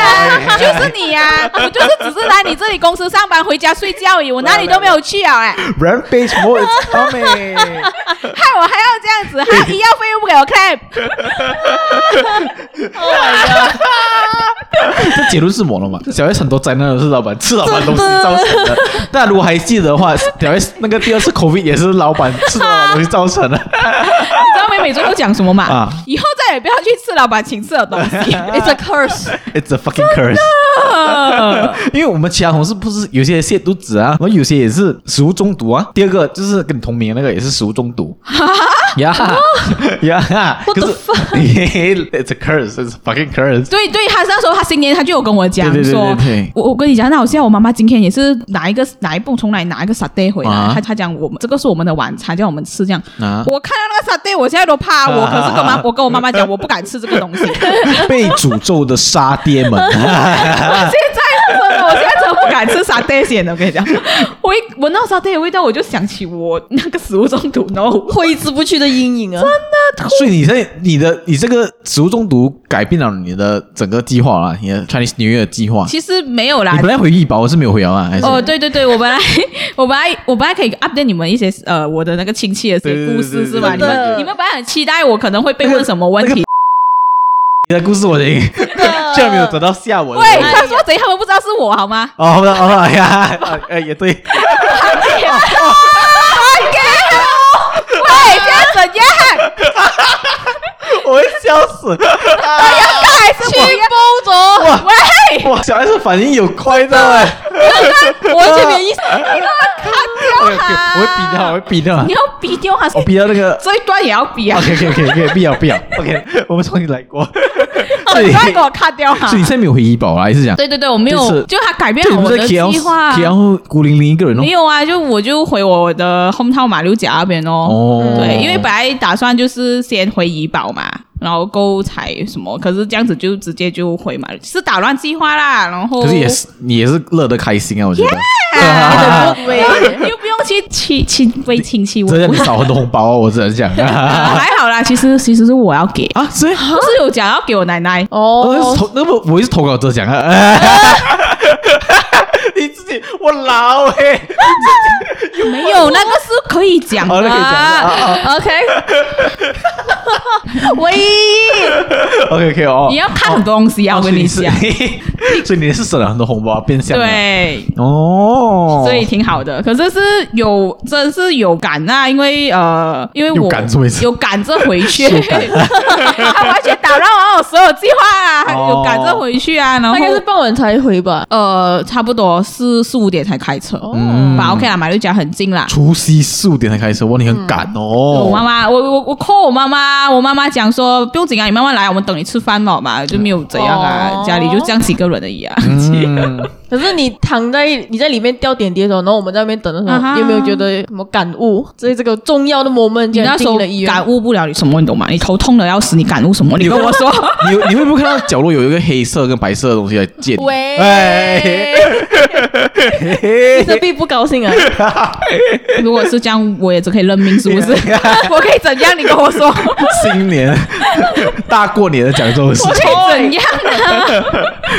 B: 哎
A: 就是你 呀、我就是只是来你这里公司上班，回家睡觉而已，我哪里都没有去啊、 哎，
B: Rampage mode is coming。
A: 害我还要这样子，还有医药费又不给我 claim。
B: 这结论是我了嘛？小 S 很多灾难都是老板吃老板东西造成 的。大家如果还记得的话，小 S 那个第二次 COVID 也是老板吃老板东西造成 的。
A: 你知道美美最后讲什么吗？
B: 啊
A: 以后再也不要去吃老板请吃的东 西。哎
C: ，It's a curse。
B: It's a fucking curse。因为我们其他同事不是有些泻肚子啊，然后有些也是食物中毒啊。第二个就是跟你同名的那个也是食物中毒。 呀 呀，
C: What
B: 可
C: the
B: 是 It's a curse. It's a fucking curse.
A: 对对，他那时候他新年他就有跟我讲
B: 对对对
A: 说
B: 对对，
A: 我我跟你讲，那好像我妈妈今天也是拿一个拿一蹦从哪里拿一个沙爹回来，
B: 啊
A: 她她讲我们这个是我们的晚餐，叫我们吃这样。
B: 啊
A: 我看到那个沙爹，我现在都怕我，
B: 啊
A: 可是跟妈我跟我妈妈讲，我不敢吃这个东 西。
B: 被诅咒的沙爹们。啊
A: 我现在真的，我现在真的不敢吃沙爹咸的，我跟你讲， 我一闻到沙爹的味道，我就想起我那个食物中毒，然后
C: 挥之不去的阴影啊！
B: 所以你在你的你这个食物中毒改变了你的整个计划啦，啊你的 Chinese New Year 计划。
A: 其实没有啦，
B: 你本来回医保是没有回了啊，还是？
A: 哦，对对对，我本来 我本来我本来可以 update 你们一些呃我的那个亲戚的一
B: 对
A: 些
B: 对
A: 故
B: 对
A: 事
B: 对
A: 是吧？
B: 对
A: 你
C: 对对
A: 们你们本来很期待我可能会被问什么问题，
B: 你的故事我已经 居然没有得到下文。
A: 喂，他说贼，他们不知道是我好 吗？
B: 哦，好的，好的，哎呀，哎也对，
A: 喂，现在怎样？
B: 我会笑死。
A: 还是不一样？
C: 包着，
B: 哇
A: 喂，
B: 哇，小 S 反应有快到 哎，
C: 我这边一
B: 哎我 会逼掉，我会逼掉
A: 你，要逼掉他，
B: 我逼掉那个。
A: 这一段也要逼啊！
B: OK OK OK OK，必要必要。OK，我们重新来过。所以
A: 哦你快给我卡掉哈
B: 所以！你现在没有回医保啊？还是讲？
A: 对对对，我没
B: 这
A: 有
B: 次，
A: 就他改变
B: 对，
A: 了
B: 我
A: 我
B: 们在
A: 的计划
B: KL。KL 孤零零一个人哦
A: 没。有啊，就我就回我的 home town 马六甲那边哦。
B: 哦，
A: 对，因为本来打算就是先回怡保嘛，然后购才什么，可是这样子就直接就回嘛，是打乱计划啦。然后
B: 可是也是你也是乐得开心啊，我觉得。
A: 啊
C: 喂
A: 又不用去亲亲为亲戚
B: 这样
A: 问
B: 你。少很多红包哦，我只 能讲。
A: 啊还好啦，其实其实是我要给，
B: 啊，所以
A: 不是有讲要给我奶奶，
B: 我
C: 哦
B: 是，投那不我是投稿者奖啊。 哎你自己我老哎，
A: 没有那个是可以讲
B: 哦，那可以讲
A: 的。
B: 啊。
C: OK，喂，
B: OK OK 哦
A: 你，要看很多东西啊，
B: 哦
A: 我
B: 所
A: 跟
B: 以你
A: 你
B: 是
A: 讲，，
B: 所以你是省了很多红包，啊变相了。
A: 对，
B: 哦，
A: 所以挺好的。可是是有，真是有赶啊，因为呃，因为
B: 有
A: 我
B: 赶这回 事
A: 有赶着回去，他完全打乱我所有计划啊，
B: 哦
A: 有赶着回去啊，然后
C: 大概是傍晚才回吧。
A: 呃，差不多四四五点才开车，
B: 嗯
A: 吧 OK 啦，马六甲很近啦。
B: 除夕四五点才开车，哇，你很赶
A: 嗯我
B: 哦。
A: 妈妈，我我我 call 我妈妈，我妈妈讲说不用紧啊，你慢慢来，我们等你吃饭嘛嘛，就没有怎样啊，
C: 哦
A: 家里就这样几个人而已啊。
B: 嗯，
C: 可是你躺在你在里面掉点滴的时候，然后我们在那边等的时候，
A: 啊哈
C: 你有没有觉得什么感悟？所以这个重要的 moment，
A: 你
C: 竟然
A: 那时
C: 进
A: 候
C: 了医院，
A: 感悟不了你什么，你懂吗？你头痛的要死，你感悟什么？你跟我 说，
B: 你你会不会看到角落有一个黑色跟白色的东西来见你？
C: 喂
B: 哎，
C: 你这必不高兴 啊！
A: 如果是这样，我也只可以认命，是不是？ 我可以怎样？你跟 我说，我
B: 新 年大过年的讲这种事情。
A: 可以怎样？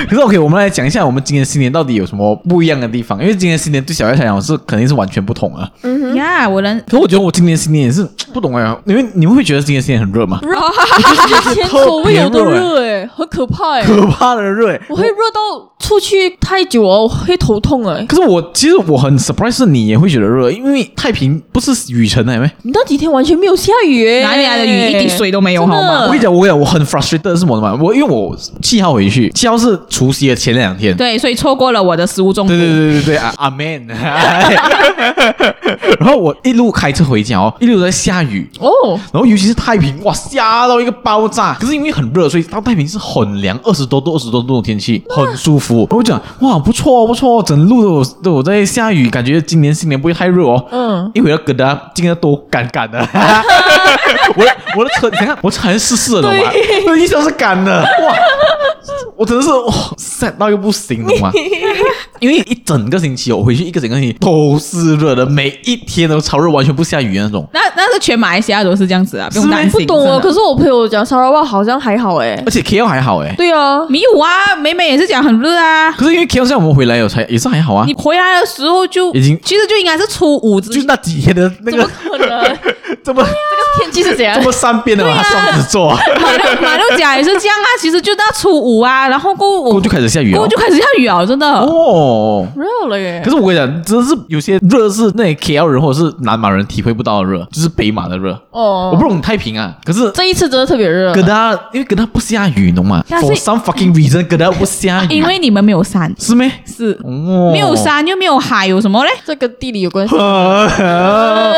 B: 可是 OK，我们来讲一下我们今年新年到底有什么不一样的地方？因为今年新年对小孩来讲是肯定是完全不同啊。
A: 呀，我能
B: 可我觉得我今年新年也是不懂哎、因为你们会觉得今年新年很热吗？
C: 之前所未有的热哎、很可怕哎、
B: 可怕的热、欸。
C: 我会热到出去太久哦，我会头痛哎、
B: 可是我其实我很 surprise 是你也会觉得热，因为太平不是雨城的没？
C: 你那几天完全没有下雨、欸，
A: 哪里来的雨？一滴水都没有，
C: 真的
A: 好吗
B: 我？跟你讲，我跟你讲，我很 frustrated 的是什么嘛？我因为我七号回去，七号是除夕的前两天。
A: 对，所以错过了我的食物中毒
B: 对。对对对对啊阿 man。然后我一路开车回家哦，一路在下雨，
C: 哦。
B: 然后尤其是太平，哇，下到一个爆炸。可是因为很热，所以到太平是很凉，二十多度、二十多度的天气，很舒服。我就讲，哇，不错哦，不错哦，整路都有都有在下雨，感觉今年新年不会太热哦。
C: 嗯，
B: 一回到哥达，今天多干干的，我的我的车，你看看，我车还是湿湿的，懂吗？那一车是干的，哇！我真的是哇晒到又不行，懂吗？因为一整个星期哦我回去一个整个星期都是热的，每一天都超热，完全不下雨的那种。
A: 那那是全马来西亚都是这样子啊，不用担
C: 不
A: 心。
C: 懂
A: 真
C: 哦。
A: 的
C: 可是我朋友讲沙拉哇好像还好哎、
B: 而且 KL 还好诶，
C: 对啊，
A: 没有啊，美美也是讲很热啊。
B: 可是因为 KL 现在我们回来有才也是还好啊
A: 你，回来的时候就
B: 已经
A: 其实就应该是初五之
B: 就是那几天的那
C: 怎么
B: 个
C: 可 能？
B: 这
A: 啊
B: 么
C: 天气是怎样
B: 这？么三边的嘛，双子座，啊
A: 马六马六甲也是这样啊，其实就到初五啊，然后过
B: 我
A: 五
B: 就开始下雨
A: 过
B: 了
A: 后就开始下雨啊，真的。
B: 哦。
C: 没有了耶
B: 可。是我跟你讲，真的是有些热是那 KL 人或者是南马人体会不到的热，就是北马的热。
C: 哦
B: 我不懂太平啊，可是
C: 这一次真的特别热，
B: 跟他因为跟他不下雨，你懂吗
A: 但是
B: ？For some fucking reason，跟他不下雨，
A: 因为你们没有山，
B: 是没？
A: 是
B: 哦，
A: 没有。 山又没有海，有什么嘞？
C: 这跟地理有 关系。
B: 啊哦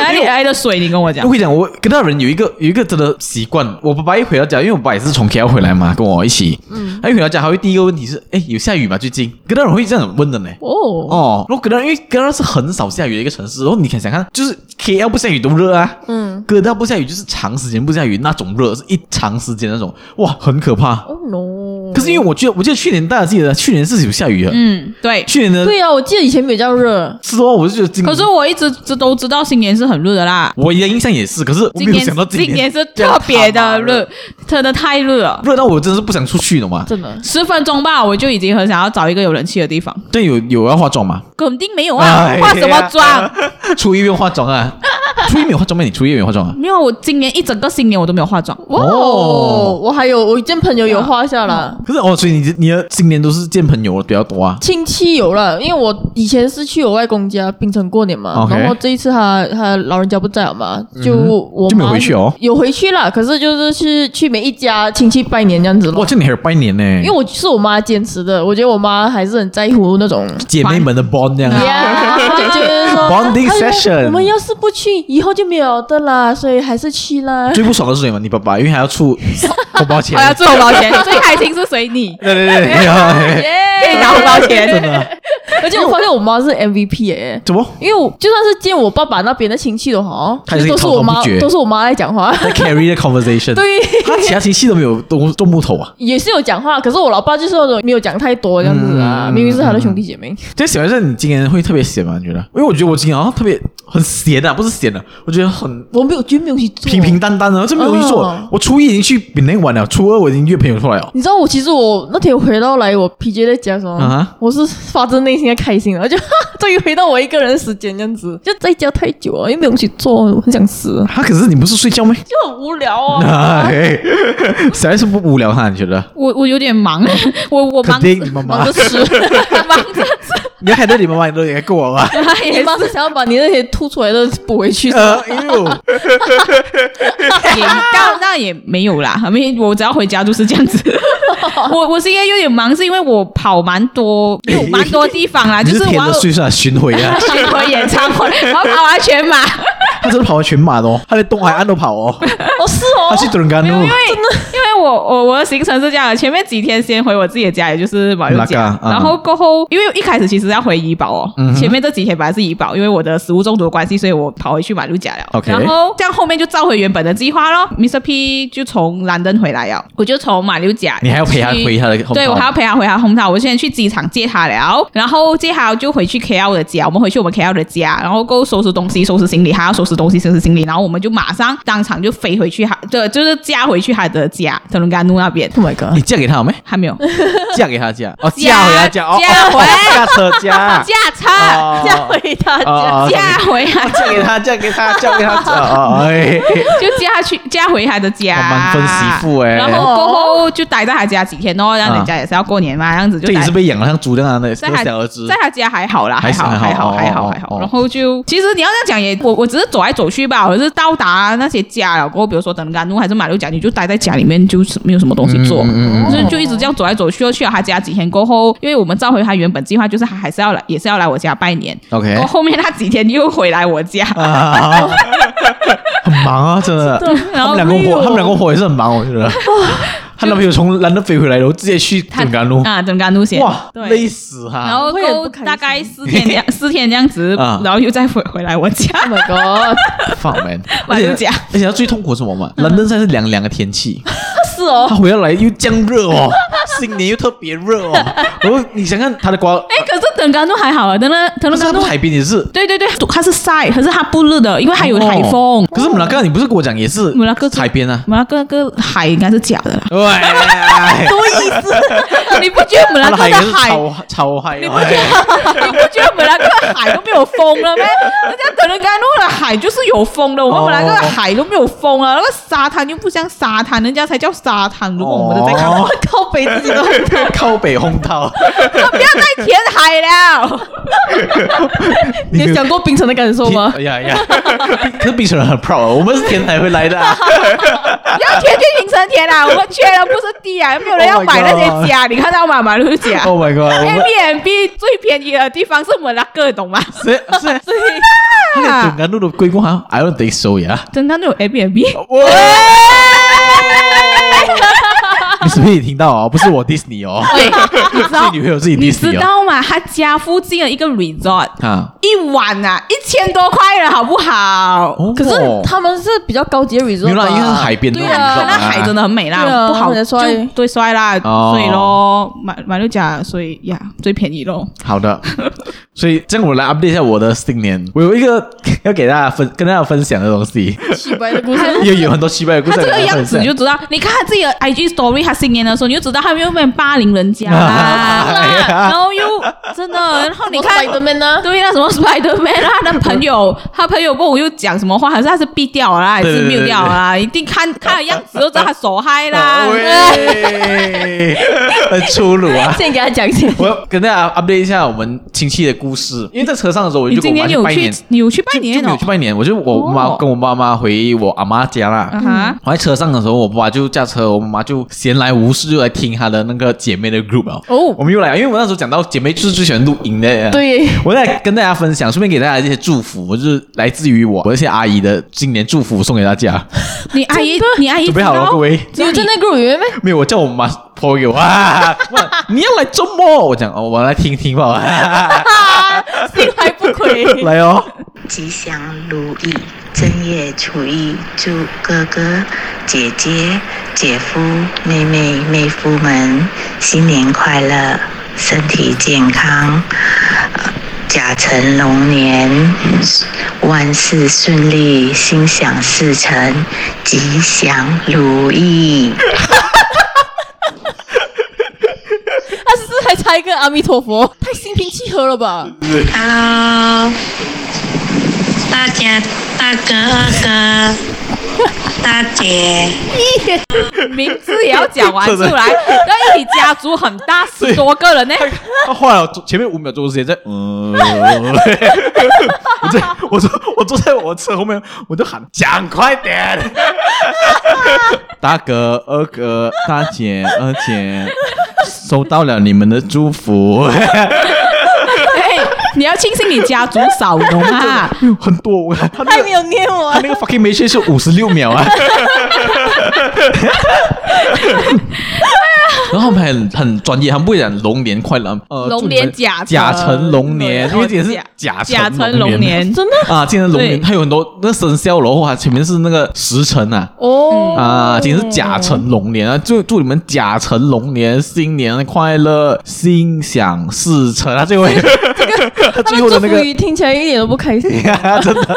A: 哪里来的水？哎你跟我讲
B: 我。跟你讲，我跟那人有一个有一个真的习惯，我爸爸一回到家，因为我爸也是从 KL 回来嘛，跟我一起，嗯，他一回到家，他会第一个问题是，哎，有下雨吗？最近跟那人会这样问的呢。
C: 哦，
B: 哦，然后哥大，因为哥大是很少下雨的一个城市，然后你看想看，就是 KL 不下雨都热啊，
C: 嗯，
B: 哥大不下雨就是长时间不下雨那种热，是一长时间那种，哇，很可怕。
C: 哦 no。
B: 可是因为我记得，我记得去年大家记得，去年是有下雨的，
A: 嗯，对。
B: 去年的
C: 对啊，我记得以前没有这样热，
B: 是哦，我就觉得今
A: 可是我一直知都知道新年是很热的啦，
B: 我的印象也是，可是我
A: 今
B: 没有
A: 年
B: 想到
A: 今
B: 年
A: 是特别的
B: 这样
A: 热， 真的太热了
B: 他妈，热到我真的是不想出去，懂吗？
C: 真的。
A: 十分钟吧，我就已经很想要找一个有人气的地方。
B: 对，有有要化妆 吗？
A: 肯定没有啊
B: 哎，呀
A: 化什么妆？？
B: 初一没有化妆啊，初一没有化妆吗？你初一没有化妆啊？
A: 没有，我今年一整个新年我都没有化妆。
C: 哇
B: 哦
C: 哦，我还有我一见朋友有画下了。
B: 可是哦，所以你你的今年都是见朋友比较多啊。
C: 亲戚有了，因为我以前是去我外公家槟城过年嘛
B: OK 嗯
C: 然后这一次他他老人家不在了嘛，就我
B: 就没有
C: 妈
B: 回去哦
C: 有回去啦，可是就是去去每一家亲戚拜年这样子
B: 哇，
C: 咯。
B: 这你还有拜年呢，
C: 因为我是我妈坚持的，我觉得我妈还是很在乎那 种
B: 姐妹们的 bond 这样啊。
C: 呀，就就是说
B: Bonding
C: 哎呀
B: session
C: 我们要是不去，以后就没有的啦，所以还是去啦。
B: 最不爽的是什么？你爸爸，因为还要 出红包钱
A: 我。要做红包钱，最开心是随你，
B: 对对对对 哎，
A: 可以拿红包钱。
C: 而且我发现我妈是 MVP 哎，
B: 怎么？
C: 因为我就算是见我爸爸那边的亲戚的哈，
B: 她也是
C: 都是
B: 滔滔
C: 我妈
B: 不绝
C: 都是我妈在讲话，
B: 在 carry 的 conversation，
C: 对。
B: 他其他亲戚都没有动动木头啊。
C: 也是有讲话，可是我老爸就是那种没有讲太多这样子啊，
B: 嗯
C: 明明是他的兄弟姐妹，
B: 这小学生，你今年会特别闲吗？你觉得？因为我觉得我今年好像特别很闲啊，不是闲的，我觉得很
C: 我没有，绝对没有去做。
B: 平平，淡淡啊的，这没有去做
C: 哦。
B: 我初一已经去槟城玩了，初二我已经约朋友出来了。
C: 你知道我其实我那天回到来，我 PJ 在家的时候
B: 啊哈
C: 我是发自内心的开心的，我就 终于回到我一个人的时间这样子，就在家太久了，又没有东西做，我很想死，
B: 他啊可是你不是睡 觉吗？
C: 就很无聊啊。
B: 哎，小孩是不无聊哈？你觉得？
A: 我我有点忙，我我忙
B: 肯定你们忙
A: 忙着吃，忙着吃。
B: 你要看到你妈妈，你都应该过我啊吧？
A: 他也
C: 你妈是想要把你那些吐出来的 Oh 补回去，
B: 呃， 哎呦，
A: 啊也到那也没有啦，还没我只要回家就是这样子。我我是因为有点忙，是因为我跑蛮多，有蛮多地方啦，
B: 你
A: 就是哦是我
B: 填
A: 要
B: 了岁数啊，巡回 啊，
A: 巡回演唱会，我要跑完全马。
B: 他真的跑完全马的哦，他连东海岸都跑哦，
C: 哦是哦
B: 他，去东干
A: 没有，因
B: 哦
A: 为。因为我我我的行程是这样的，前面几天先回我自己的家，也就是马六
B: 拉
A: 甲，
B: 嘎啊嗯
A: 然后过后，因为一开始其实要回怡保哦，前面这几天本来是怡保，因为我的食物中毒的关系，所以我跑回去马六甲了。
B: OK
A: 然后这样后面就照回原本的计划咯。Mr. P 就从兰登回来了，我就从马六甲，
B: 你还要陪他回他的
A: 对
B: hometown
A: 我还要陪他回他 hometown，我现在去机场接他了，然后接他就回去 KL 的家，我们回去我们 KL 的家，然后够收拾东西，收拾行李，还要收拾东西，收拾行李，然后我们就马上当场就飞回去他，对，就是嫁回去他的家，特伦甘努那边
C: Oh my god！
B: 你嫁给他了没？
A: 还没有
B: 嫁给他嫁哦，
A: 嫁
B: 嫁回他嫁哦，
A: 嫁
B: 哦
A: 回
B: 驾车 嫁，
A: 驾车，
B: 哦
C: 啊嫁回他
B: 哦
C: 家，
B: 哦
A: 嫁回他，
B: 嫁给他，嫁给他，嫁给他， 哦哦，哎，
A: 就嫁去嫁回他的家，
B: 哇哦满分媳妇欸
A: 然后过后就待在他家几天哦，让
B: 啊
A: 人家也是要过年嘛，这样子就
B: 这也
A: 待
B: 是被养了像猪这样的
A: 在
B: 这
A: 他
B: 个小儿子
A: 在。他家还好啦，
B: 还
A: 还
B: 是
A: 好，
B: 还
A: 还
B: 好
A: 好，还
B: 哦
A: 好，
B: 哦
A: 还
B: 哦
A: 好。然后就其实你要这样讲也，我我只是走来走去吧，我是到达那些家了，过后比如说等干路还是马六甲，你就待在家里面，就是没有什么东西做，
B: 嗯嗯
A: 所以就一直这样走来走去。又去了他家几天过后，因为我们召回他原本计划，就是他还是要来，也是要来我家拜年。
B: OK
A: 然后后面他几天又回来我家，
B: 啊，
A: 哦
B: 很忙啊，真的。
A: 然
B: 他
A: 后哎
B: 们两个火，他们两个火也是很忙，我觉 得。她男朋友从兰德飞回来，然后直接去
A: 他
B: 准甘路，
A: 啊，等干路线
B: 哇，
A: 对
B: 累死啊哈！
A: 然后
C: 我也不
A: 够
C: 开心
A: 大概四天这样，四天这样子
B: 啊，
A: 然后又再回回来我 家。
C: Oh my god！
B: 放 man，
A: 马
B: 而
A: 六
B: 且
A: 甲
B: 而且他最痛苦是什么嘛？
A: 嗯
B: 伦敦现在是凉凉的天气，
C: 是哦
B: 他，回来又降热 哦，新年又特别热哦。然后你想看他的瓜，
A: 哎，可是等干路还好啊，等了等
B: 可
A: 了
B: 是他
A: 干
B: 不
A: 路
B: 是海边也是，
A: 对对对，它是晒，可是它不热的，因为它有台风
B: 哦。可是马拉哥，你不是跟我讲也是
A: 马拉哥
B: 海 边啊？，
A: 马拉哥个海应该是假 的啦
B: 对，
A: 你不觉得马拉
B: 他的
A: 哥
B: 海也是
A: 的
C: 啊
A: 海，
B: 超超嗨哦，
A: 你不觉得马拉哥的海都没有风了咩？人家德伦甘诺的海就是有风的，我们
B: 哦
A: 马拉哥的海都没有风 啊，那个沙滩又不像沙滩，人家才叫沙滩。如果我们都在看，我
B: 哦
A: 靠北自己都，
B: 哎靠北红 桃，
A: 不要再填海了。
C: 你有想过冰城的感受吗？
B: 哎呀哎 呀，可是冰城人很 proud，哦我们是天台回来的 啊。
A: 不 要填去行程填啦，我们缺的不是地啊，没有人要买那些
C: Oh
A: 家，你看到吗？马路甲。
B: Oh my
A: 哎
B: god，我们
A: Airbnb 最便宜的地方是啊马拉哥，你懂吗？
B: 是是是，他的准甘路的规模好像啊 I don't think so 呀。
A: 真的有 Airbnb？
B: 哇！你是不是也听到哦？不是我 diss 你哦，
A: 对，你 知
B: 是
A: 道
B: 女朋友自己
A: 你
B: diss
A: 知
B: 哦。
A: 道吗？他家附近的一个 resort，
B: 啊，
A: 一晚啊一千多块了，好不好？呃
B: 哦
C: 可是他们是比较高级的 resort，
B: 没有啦
C: 吧
B: 因为是海边的
C: 对
A: 可那
B: 嘛你知道
C: 啊，
A: 海真的很美
C: 对啊
A: 啦，不好
C: 很
A: 就
C: 帅
A: 对帅啦，
B: 哦
A: 所以咯，马马六甲，所以呀最便宜咯。
B: 好的，所以这样我来 update 一下我的新年，我有一个要给大家分跟大家分享的 东西，
C: 洗白的故事。
B: 也有很多失败的故
A: 他
B: 事要
A: 这
B: 跟大
A: 个
B: 家
A: 样
B: 分
A: 子
B: 享
A: 你。就知道，你看他自己的 IG story，他新年的时候你就知道他有没有霸凌 人家
B: 哎
A: 啦
B: 呀，
A: 然后又 真的，然后你看
C: s p i 呢？
A: 对，那什么 Spiderman 啊，他的朋友，他朋友跟我又讲什么话，好像他是毙掉了啦，还
B: 对
A: 是
B: 对对
A: 没有掉了啦，一定看看的样子就知道他哎手 嗨啦。
B: 喂，哦很粗鲁啊！
C: 先给他讲先。
B: 我要跟大家 update 一下我们亲戚的故事，因为在车上的时候我就
A: 你
B: 跟我
A: 今
B: 妈
A: 年
B: 去
A: 有
B: 拜
A: 去
B: 年，，
A: 你有去拜
B: 就
A: 年
B: 没有
A: 哦
B: 去？拜年，我就我妈、
A: 哦
B: 跟我爸妈回我阿妈家啦。
A: 啊哈，
B: 我在车上的时候，我爸就驾车，我妈就闲来无事就来听她的那个姐妹的 group 啊。
C: 哦
B: 我们又来，因为我那时候讲到姐妹就是最喜欢录音的。
C: 对
B: 我在跟大家分享，顺便给大家一些祝福，就是来自于我我一些阿姨的新年祝福送给大家。
A: 你阿姨，你阿姨
B: 准备好
A: 知道
B: 了，各位。
C: 你们在那 group 里 面咩？
B: 没有，我叫我妈泼给我啊！我你要来周末？我讲哦，我来听听吧。
C: 心怀不 轨。
B: 来哦，
E: 吉祥如意，正月初一，祝哥哥、姐姐、姐夫、妹妹、妹夫们新年快乐，身体健康，呃甲辰龙年，万事顺利，心想事成，吉祥如意。
C: 他是不是还差一个阿弥陀 佛？太心平气和了吧？
E: Hello，大家大哥二哥，大姐，
A: 名字也要讲完出来，那一起家族很大，十多个 人呢。
B: 他花了前面五秒钟的时间在，嗯， 我在我坐我坐在我车后面，我就喊讲快点，大哥、二哥、大姐、二姐，收到了你们的祝福，
A: 哎，你要庆幸你家族少农啊！
B: 很多，我他那
C: 太
B: 个
C: 没有念我啊
B: 他，那个 fucking machine 是五十六秒啊。 然后他们很很专业，他们不会讲龙年快乐，呃，
A: 龙
B: 祝你
A: 年
B: 们
A: 甲
B: 甲
A: 辰
B: 辰龙年，因为这也是
A: 甲
B: 甲
A: 辰
B: 龙
A: 龙年，
C: 真的
B: 啊，今年龙
A: 对
B: 年它有很多那生肖然后啊，前面是那个时辰啊。
C: 哦
B: 啊，今天是甲辰龙年啊，祝祝你们甲辰龙年新年快乐，心想事成啊！最后一个，他
C: 他
B: 最
C: 的
B: 后的
C: 祝
B: 那
C: 福
B: 个，
C: 语听起来一点都不开心，
B: 真的，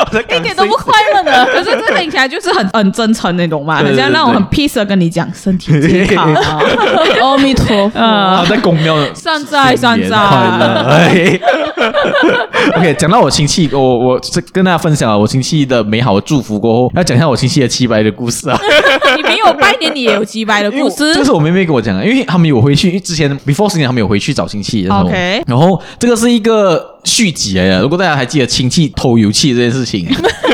B: 我在
C: 一
B: 一
C: 点都不快乐 呢。
A: 可是这听起来就是很很真诚那种嘛，
B: 对
A: 很
B: 对
A: 像那种很 peace 的跟你讲身体健康啊，
C: 阿弥陀佛，
B: 啊，
A: 嗯，
B: 在公 庙的
A: 善哉善
B: 新年快哎
A: 哉。
B: 乐。OK，讲到我亲戚，我我是跟大家分享了我亲戚的美好的祝福过后，要讲一下我亲戚的七白的故 事啊。
A: 你没有拜年，你也有几百的
B: 因为我
A: 故事
B: 这 个。是我妹妹跟我讲的，因为他们有回去，因为之前 before 新年他们有回去找亲戚的时候
A: OK
B: 然后这个是一个续集来的。如果大家还记得亲戚偷油气这件事情，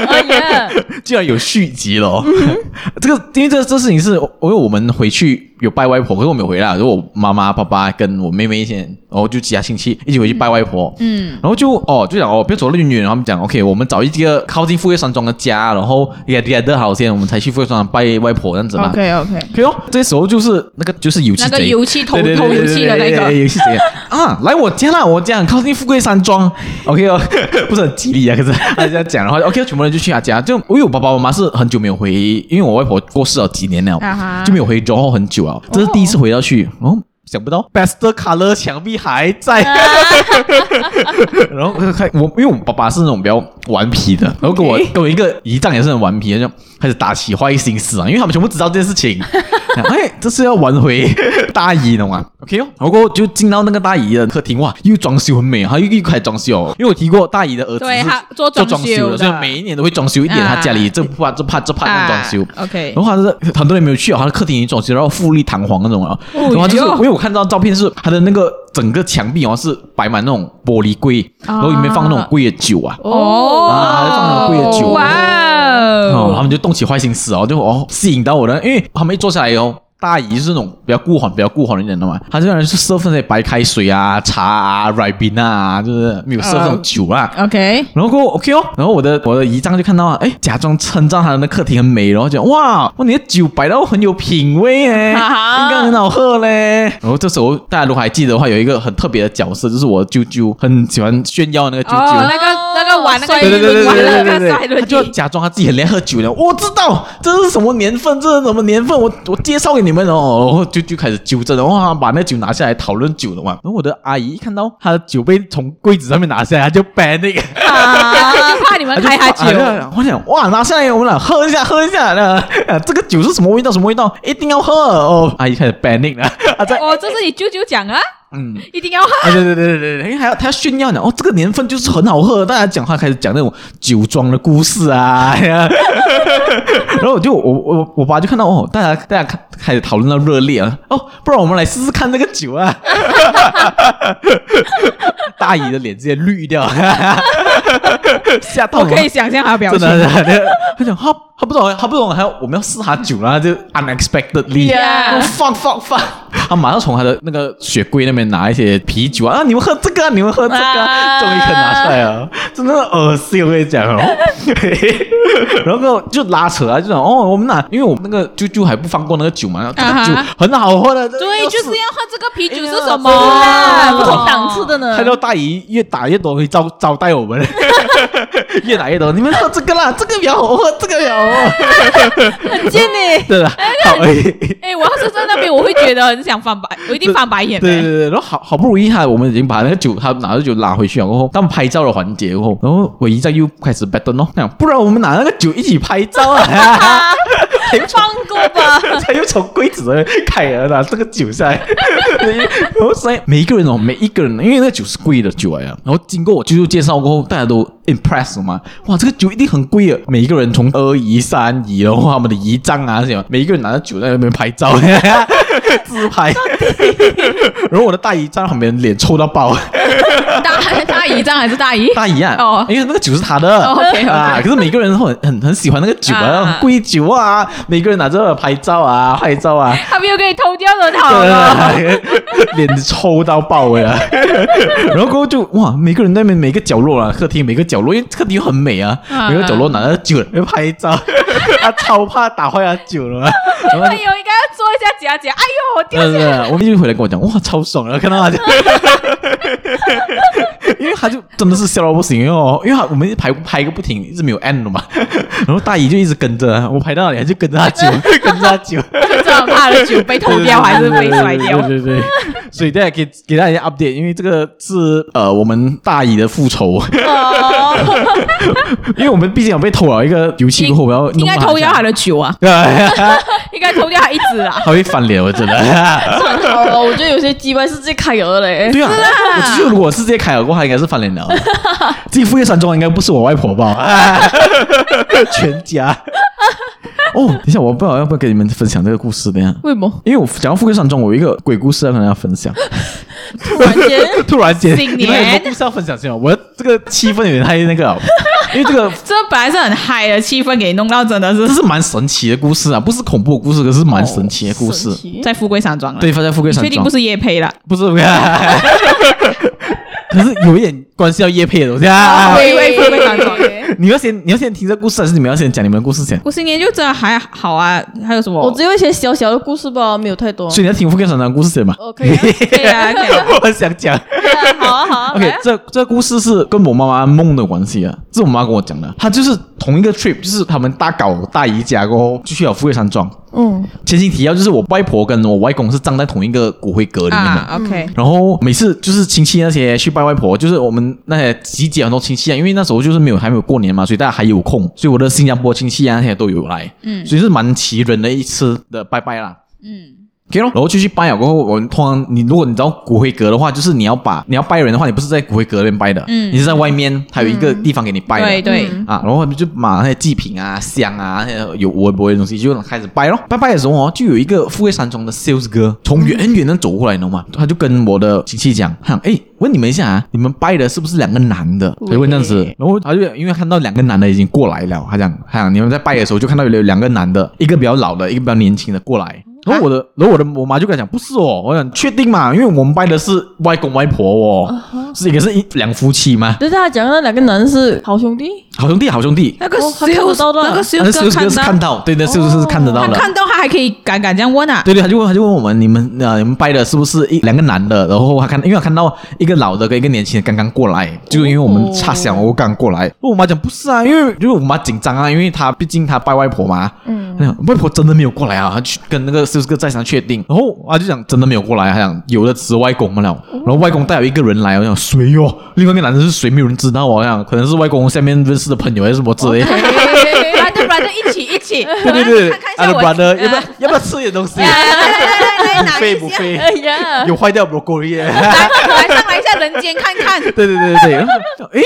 C: 哎呀，
B: 竟然有续集了、哦。 这个因为这这事情是，因为我们回去有拜外婆，可是我没有回来，就我妈妈、爸爸跟我妹妹一起，然后就其他亲戚一起回去拜外婆。嗯，然后就哦就讲哦，不要走得远远，他们讲 OK，我们找一个靠近富贵山庄的家，然后 get together 好先，我们才去富贵山庄拜外婆这样子嘛。
A: OK OK，
B: 可以哦，这时候就是那个就是油漆
A: 那
B: 贼，
A: 个油漆偷
B: 对对对
A: 偷
B: 对
A: 油漆的
B: 对对
A: 那个
B: 对油 漆贼啊，来我家啦，我家很靠近富贵山庄，OK 哦， 不是很吉利啊，可是他这样讲，然后 OK，全部人就去他家，就因为我爸爸妈妈是很久没有回，因为我外婆过世了几年了，
A: 啊哈
B: 就没有回中后很久了，这是第一次回到去，哦，想不到 Best Color 墙壁还在。 然后我就开我，因为我爸爸是那种比较顽皮的，然后跟我跟我一个姨丈也是很顽皮的，就开始打起坏心思啊，因为他们全部知道这件事情， 然后哎，这是要挽回大姨的嘛，OK 哦，然后过后就进到那个大姨的客厅，哇，又装修很美，啊，又又开始装修哦，因为我提过大姨的儿子
A: 对
B: 是
A: 他做
B: 做
A: 装
B: 装
A: 修
B: 修
A: 的
B: 的，所以每一年都会装修一点，
A: 啊
B: 他家里这怕这怕这怕那装修。
A: 啊 OK，
B: 然后他是很多人没有去哦，他的客厅已经装修，然后富丽堂皇那种了。
A: 哦
B: 然后就是
A: 哟
B: 因为我看到照片是他的那个整个墙壁哦是摆满那种玻璃柜，然后里面放那种贵的酒啊，
A: 哦，
B: 啊放很贵的酒
A: 哇
B: 哦，他
A: 哦，
B: 们就动起坏心思哦，就哦吸引到我了，因为他们一坐下来哦。大姨就是那种比较顾缓、比较顾缓一点的嘛，她就让人是 serve 那些白开水啊、茶啊、r i b i n 啊，就是没有 serve 那种酒啊。
A: OK，
B: 然后过后 OK 哦，然后我的我的姨丈就看到啊，哎，假装称赞他的那客厅很美，然后讲哇，哇你的酒摆到很有品味哎，
A: 哈哈
B: 应该很好喝嘞。然后这时候大家如果还记得的话，有一个很特别的角色，就是我舅舅很喜欢炫耀那个舅舅。
A: 哦，那个那个玩那个
C: 对
B: 对对对对
A: 玩
B: 对
A: 那
B: 对
A: 个
B: 对
A: 赛
B: 对，
A: 轮
B: 他就
A: 椅，
B: 假装他自己很厉害喝酒了。我知道这是什么年份，这是什么年份，我我介绍给你们哦，然后就就开始纠正，然后他把那酒拿下来讨论酒了嘛。然后我的阿姨一看到他的酒被从柜子上面拿下来，她就 ban 那个。
A: 啊就怕你们开他酒
B: 啊。对我想哇，拿下来我们俩喝一下，喝一下那、啊、这个酒是什么味道？什么味道？一定要喝哦！阿姨开始 banning 了， 啊在
A: 哦，这是你舅舅讲啊，
B: 嗯。
A: 一定要喝。
B: 啊，对对对对对对，因为还要他要炫耀呢，哦，这个年份就是很好喝，大家讲话开始讲那种酒庄的故事啊， 哎呀然后我就我我我爸就看到哦，大家大家开开始讨论到热烈啊，哦，不然我们来试试看这个酒啊， 大姨的脸直接绿掉， 吓到
A: 我
B: 我
A: 可以想象他哦的表
B: 真
A: 情。
B: 的，真的 他讲他他不懂，他不懂，还要我们要试他酒啦，就 unexpectedly，
A: 啊
C: Yeah
B: 放放放，他马上从他的那个雪柜那边拿一些啤酒啊，啊你们喝这个、啊，你们喝这个、啊，
C: 啊
B: 终于肯拿出来了，真的恶心，我跟你讲哦。 然后就拉扯啊，就讲哦，我们拿，因为我们那个舅舅还不放过那个酒嘛，这
A: 啊
B: 个
A: 哈
B: 酒很好喝 的，
A: 对，就是要喝这个啤酒是什么？
C: 哎
B: 哎
C: 哇，啊不同
A: 哦
C: 档次的呢
B: 看。到大姨越打越多，会招招待我们， 越打越多。你们喝这个啦，这个比较好喝，这个比较好喝。
C: 见你，
B: 对了，好，哎对
A: 哎、我要是在那边，我会觉得很想翻白，我一定翻白眼、的。
B: 对对对，然后好好不容易哈，我们已经把那个酒，他拿着酒拿回去了，过后，他们拍照的环节过后，然后我姨丈又 开始 battle 咯，那样不然我们拿那个酒一起拍照啊，
C: 放过吧，
B: 他又从柜子那边开了拿这个酒下来，然后所以每一个人哦，每一个人，因为那个酒是贵的酒来啊，然后经过我舅舅介绍过后，大家都 impress 嘛，哇，这个酒一定很贵啊！每一个人从二姨、三姨，然后他们的姨丈啊这些，每一个人拿着酒在那边拍照，自拍。然后我的大姨站在旁边，脸臭到爆。
A: 大大姨丈还是 大姨？
B: 大姨啊，
A: 哦
B: 因为那个酒是他的、
A: 哦，OK，OK
B: 啊，可是每个人都很很很喜欢那个酒
A: 啊
B: 啊，贵酒啊，每个人拿着拍照啊，拍照啊，
A: 他没有给你偷掉的好了。
B: 脸抽到爆 哎呀！然后过后就哇，每个人那边每个角落啊，客厅每个角落，因为客厅很美啊，
A: 啊
B: 每个角落拿着酒来拍照，他超怕打坏他酒了嘛。然 后
A: 哎呦，应该要做一下假假。哎呦，我掉
B: 呃，
A: 下来。
B: 我妹就回来跟我讲，哇，超爽啊了，看到他就， 因为他就真的是笑到不行哦，因为他我们一排拍个不停，一直没有 end 的嘛，然后大姨就一直跟着，我拍到哪里她就跟着他 酒，跟着他酒，
A: 这么怕的酒被偷掉还是被摔掉？
B: 对对对对 对对所以大家给给大家一个 update，因为这个是呃我们大姨的复仇，
A: 哦，
B: 因为我们毕竟有被偷了一个油漆过后，我要
A: 应
B: 弄
A: 该
B: 她
A: 偷掉
B: 一下
A: 他 的酒啊，应该偷掉他一支啊。
B: 他会翻脸，我 真的。
C: 算好哦了，我觉得有些鸡巴是自己开油的嘞。
B: 对啊，我只有如果是直接开耳过，他应该是翻脸 了。这个富岳山庄应该不是我外婆吧？ 全家。哦，等一下，我不知道要不要给你们分享这个故事等一下，
C: 为什么？
B: 因为我讲到富岳山庄，我有一个鬼故事要跟大家分享。
C: 突然间，
B: 突然间，
A: 新年
B: 你们有什么故事要分享先吗？我这个气氛有点太那个了， 因为这个
A: 这本来是很嗨的气氛，给你弄到真的
B: 这
A: 是
B: 是蛮神奇的故事啊，不是恐怖的故事，可是蛮神奇的故事。
C: 神奇
A: 在富贵山庄了。
B: 对，，发在富贵山
A: 确
B: 庄，
A: 定不是夜配了？
B: 不是， 可是有一点关系到叶配的东西
C: 哎
B: 啊。
A: 对对对对
B: 你要先你要先听这故事，还是你们要先讲你们的故事先？
A: 我新年就真的还好啊，还有什么？
C: 我只有一些小小的故事吧，没有太多。
B: 所以你要听富贵山庄的故事先嘛？
C: 哦，可以啊，
A: 可以啊，可以 啊
B: 我想讲。
C: 好啊，好啊。来
B: OK，
C: 啊
B: 这这故事是跟我妈妈梦的关系啊，这是我妈跟我讲的。她就是同一个 trip，就是他们大搞大姨家过后，就去了富贵山庄。
C: 嗯，
B: 前情提要就是我外婆跟我外公是葬在同一个骨灰格里面的。
A: 啊，OK，
B: 然后每次就是亲戚那些去拜外婆，就是我们那些集结很多亲戚啊，因为那时候就是没有还没有过年嘛，所以大家还有空，所以我的新加坡亲戚啊那些都有来，嗯，所以是蛮奇人的一次的拜拜啦。
A: 嗯，
B: OK 咯，然后就去拜了啊过后，我们通常你如果你知道骨灰格的话，就是你要把你要拜人的话，你不是在骨灰格那边拜的，
A: 嗯
B: 你是在外面，还有一个地方给你拜的，
A: 对对，
C: 嗯
B: 啊，然后他们就买那些祭品啊、香啊、那些有文博的东西，就开始拜咯。拜拜的时候哦，就有一个富贵山庄的 sales 哥从远远的走过来，你懂吗？他就跟我的亲戚讲，他讲，哎，问你们一下啊，你们拜的是不是两个男的？他就问这样子，然后他就因为看到两个男的已经过来了，他讲，他讲你们在拜的时候就看到有两个男的，一个比较老的，一个比较年轻的过来。然后我的，然后我的我妈就跟他讲，不是哦，我讲确定嘛，因为我们拜的是外公外婆哦，是一个是一两夫妻嘛，
C: 但是他讲的那两个男是好兄弟，
B: 好兄弟好兄弟，
A: 那个
C: 哦他看得到的啊
A: 那个
B: 那
A: 修
B: 是
A: 哥
B: 是是看
A: 到，哦
B: 到，对对，是不是是看得到
A: 他
B: 的？
A: 看到他还可以敢敢这样问啊？
B: 对对，他就问他就问我们，你们呃你们拜的是不是一两个男的？然后他看，因为他看到一个老的跟一个年轻人刚刚过来，就是因为我们差小我刚过来。我妈讲不是啊，因为因为我妈紧张啊，因为她毕竟她拜外婆嘛，嗯，外婆真的没有过来啊，她去跟那个是不是个在场确定，然后她就讲真的没有过来，啊她讲有的只是外公们了，
A: 嗯
B: 然后外公带有一个人来，我讲谁哦？另外一个男的是谁？没有人知道，啊我讲可能是外公下面认识的朋友还是什么之类的。
A: 来的来的，一起一起，
B: 对对 对
A: 看看一
B: 阿
A: 下
B: 的
A: 我
B: brother，要不要
A: 啊
B: 要不要吃点东西？
A: 来来来来来，
B: 不
A: 拿
B: 费
A: 一
B: 不
A: 下，
B: 费，
C: 哎呀，
B: 有坏掉 broccoli 耶。
A: 来来上来一下人间看看，
B: 对对对对对，然后就诶，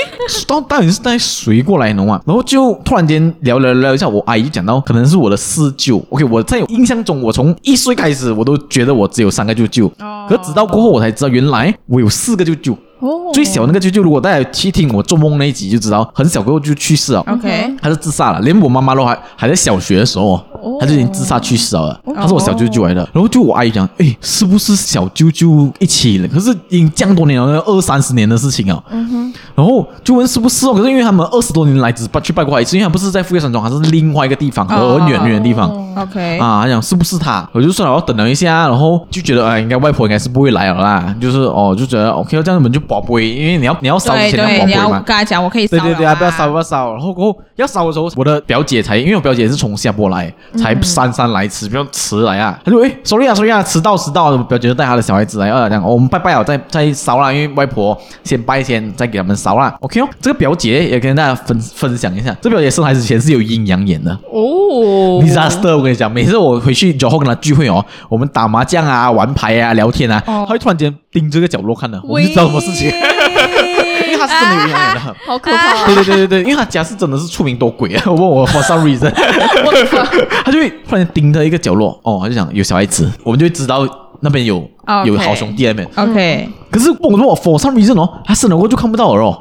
B: 到到底是带谁过来呢嘛？然后就突然间聊聊聊一下，我阿姨就讲到可能是我的四舅。OK，我在印象中，我从一岁开始，我都觉得我只有三个舅舅，哦可直到过后我才知道，原来我有四个舅舅。
C: 哦
B: 最小那个舅舅，如果大家去听我做梦那一集就知道，很小过后就去世了。
A: OK
B: 他是自杀了，连我妈妈都还还在小学的时候，哦，他就已经自杀去世了。
A: 哦
B: 他是我小舅舅来的，然后就我阿姨讲，哎，是不是小舅舅一起了？可是已经这样多年了，二三十年的事情啊。
A: 嗯
B: 然后就问是不是哦？可是因为他们二十多年来只拜去拜过他一次，因为他不是在富岳山庄，他是另外一个地方，很远很远的地方。
A: 哦
C: 嗯
A: OK，
B: 啊，他讲是不是他？我就算了，我要等了一下，然后就觉得哎，应该外婆应该是不会来了啦，就是哦，就觉得 OK，这样你们就宝贝，因为你要你要烧之
A: 对
B: 前要
A: 对，
B: 宝
A: 你
B: 贝
A: 要
B: 嘛
A: 跟。他讲，我可以
B: 对
A: 烧
B: 对对
A: 了
B: 啊，不要烧
A: 啊
B: 不要烧，然后过后要烧的时候，我的表姐才，因为我表姐是从新加坡来，才姗姗来迟，不用迟来啊。嗯他就诶，sorry 啊，sorry 啊，迟到迟到，表姐就带她的小孩子来啊，这样、哦、我们拜拜啊，再再烧啦，因为外婆先拜先，再给他们烧啦。OK 哦，这个表姐也跟大家分分享一下，这表姐生孩子前是有阴阳眼的。
C: 哦
B: disaster，我跟你讲，每次我回去 Johor 跟他聚会哦，我们打麻将啊、玩牌啊、聊天啊，他会突然间盯这个角落看的，我就知道什么事 情， 因为他是真的有阴阳眼的。
C: 好可怕啊！
B: 对对对对对，因为他家是真的是出名多鬼啊！我 问我 for some reason，他就会突然盯着一个角落，哦，他就想有小孩子，我们就会知道那边有
A: OK
B: 有好兄弟在那边。
A: OK，
B: 可是我如果 for some reason 哦，他生了过后就看不到了哦。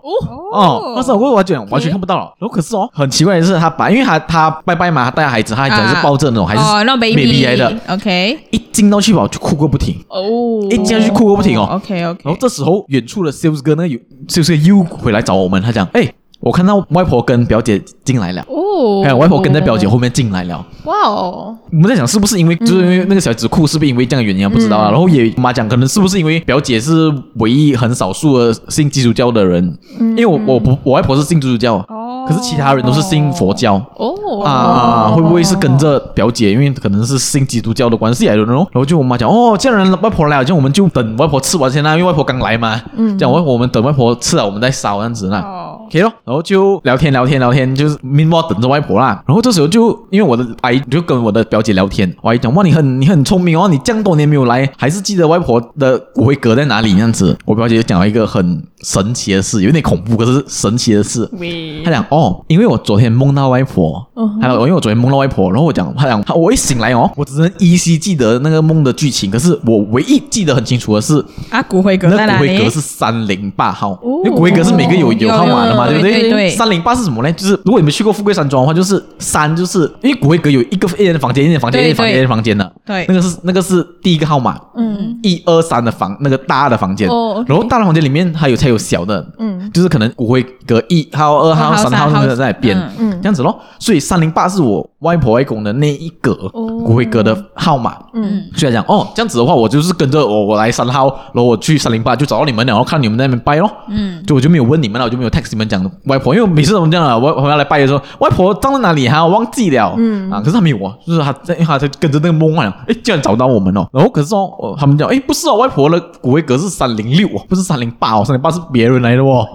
B: 哦，那时候我完全完全看不到了。然后可是哦，很奇怪的是，他把因为他他拜拜嘛，他带孩子，他还讲是抱着那种还是
A: 哦，那
B: baby 来的，
A: OK，哎
B: 一进到去吧就哭个不停，
C: 哦，
B: 一进去哭个不停哦。
A: OK
B: 然后
A: OK，
B: 这时候远处的 sales 哥那个有 sales 哥又回来找我们，他讲，哎，我看到外婆跟表姐进来了，
C: 哦，
A: 哎
B: 还有哎外婆跟在表姐后面进来了。
C: 哇哦，
B: 我们在想是不是因为就是因为那个小孩子哭，是不是因为这样的原因啊？不知道啊。然后也妈讲，可能是不是因为表姐是唯一很少数的信基督教的人，因为我我不我外婆是信基督教，
A: 哦
B: 可是其他人都是信佛教。
C: 哦
B: 啊，会不会是跟着表姐？因为可能是信基督教的关系来的咯。然后就我妈讲，哦，既然外婆来了，这样我们就等外婆吃完先啦，因为外婆刚来嘛。嗯，讲外婆我们等外婆吃了，我们再烧这样子啦。
A: 哦
B: OK 咯，然后就聊天聊天聊天，就是 meanwhile 等着外婆啦。然后这时候就因为我的阿姨就跟我的表姐聊天，我阿姨讲哇你很你很聪明哦，你这样多年没有来，还是记得外婆的骨灰格在哪里那样子。我表姐就讲了一个很神奇的事，有点恐怖，可是神奇的事。
C: 喂
B: 他讲哦，因为我昨天梦到外婆，
A: 嗯
B: 还有因为我昨天梦到外婆，然后我讲他讲我一醒来哦，我只能依稀记得那个梦的剧情，可是我唯一记得很清楚的是，
A: 啊，骨灰格在
B: 那
A: 哪
B: 骨灰
A: 里
B: 格？是三零八号，因为骨灰格是每个有
A: 有
B: 有号码的嘛，
A: 有
B: 对不
A: 对对对
B: 三零八是什么呢？就是如果你们去过富贵山庄的话，就是三，就是因为骨灰格有一个一人的房间，一人的房间，一
A: 对
B: 人的房间，一
A: 对对
B: 人的房间的，那个是那个是第一个号码，
C: 嗯，
B: 一二三的房那个大的房间，
C: 哦，OK
B: 然后大的房间里面还有才有小的，
C: 嗯，
B: 就是可能骨灰格一号、二号、
A: 二号
B: 三号
A: 三号
B: 那个在编，
C: 嗯
B: 这样子咯。所以三零八是我外婆外公的那一格骨灰格的号码，
C: 嗯，
B: 所以讲哦，这样子的话，我就是跟着我我来三号，然后我去三零八就找到你们了，然后看你们在那边拜咯。嗯，就我就没有问你们了，我就没有 text 你们讲外婆，因为每次我们这样啊，外婆要来拜的时候，外婆葬在哪里哈、我忘记了。嗯啊，可是他没有啊，就是他在因为他在跟着那个梦幻，哎，竟然找到我们哦。然后可是哦，呃他们讲哎，不是哦，外婆的骨灰格是三零六哦，不是三零八哦，三零八是别人来的哦。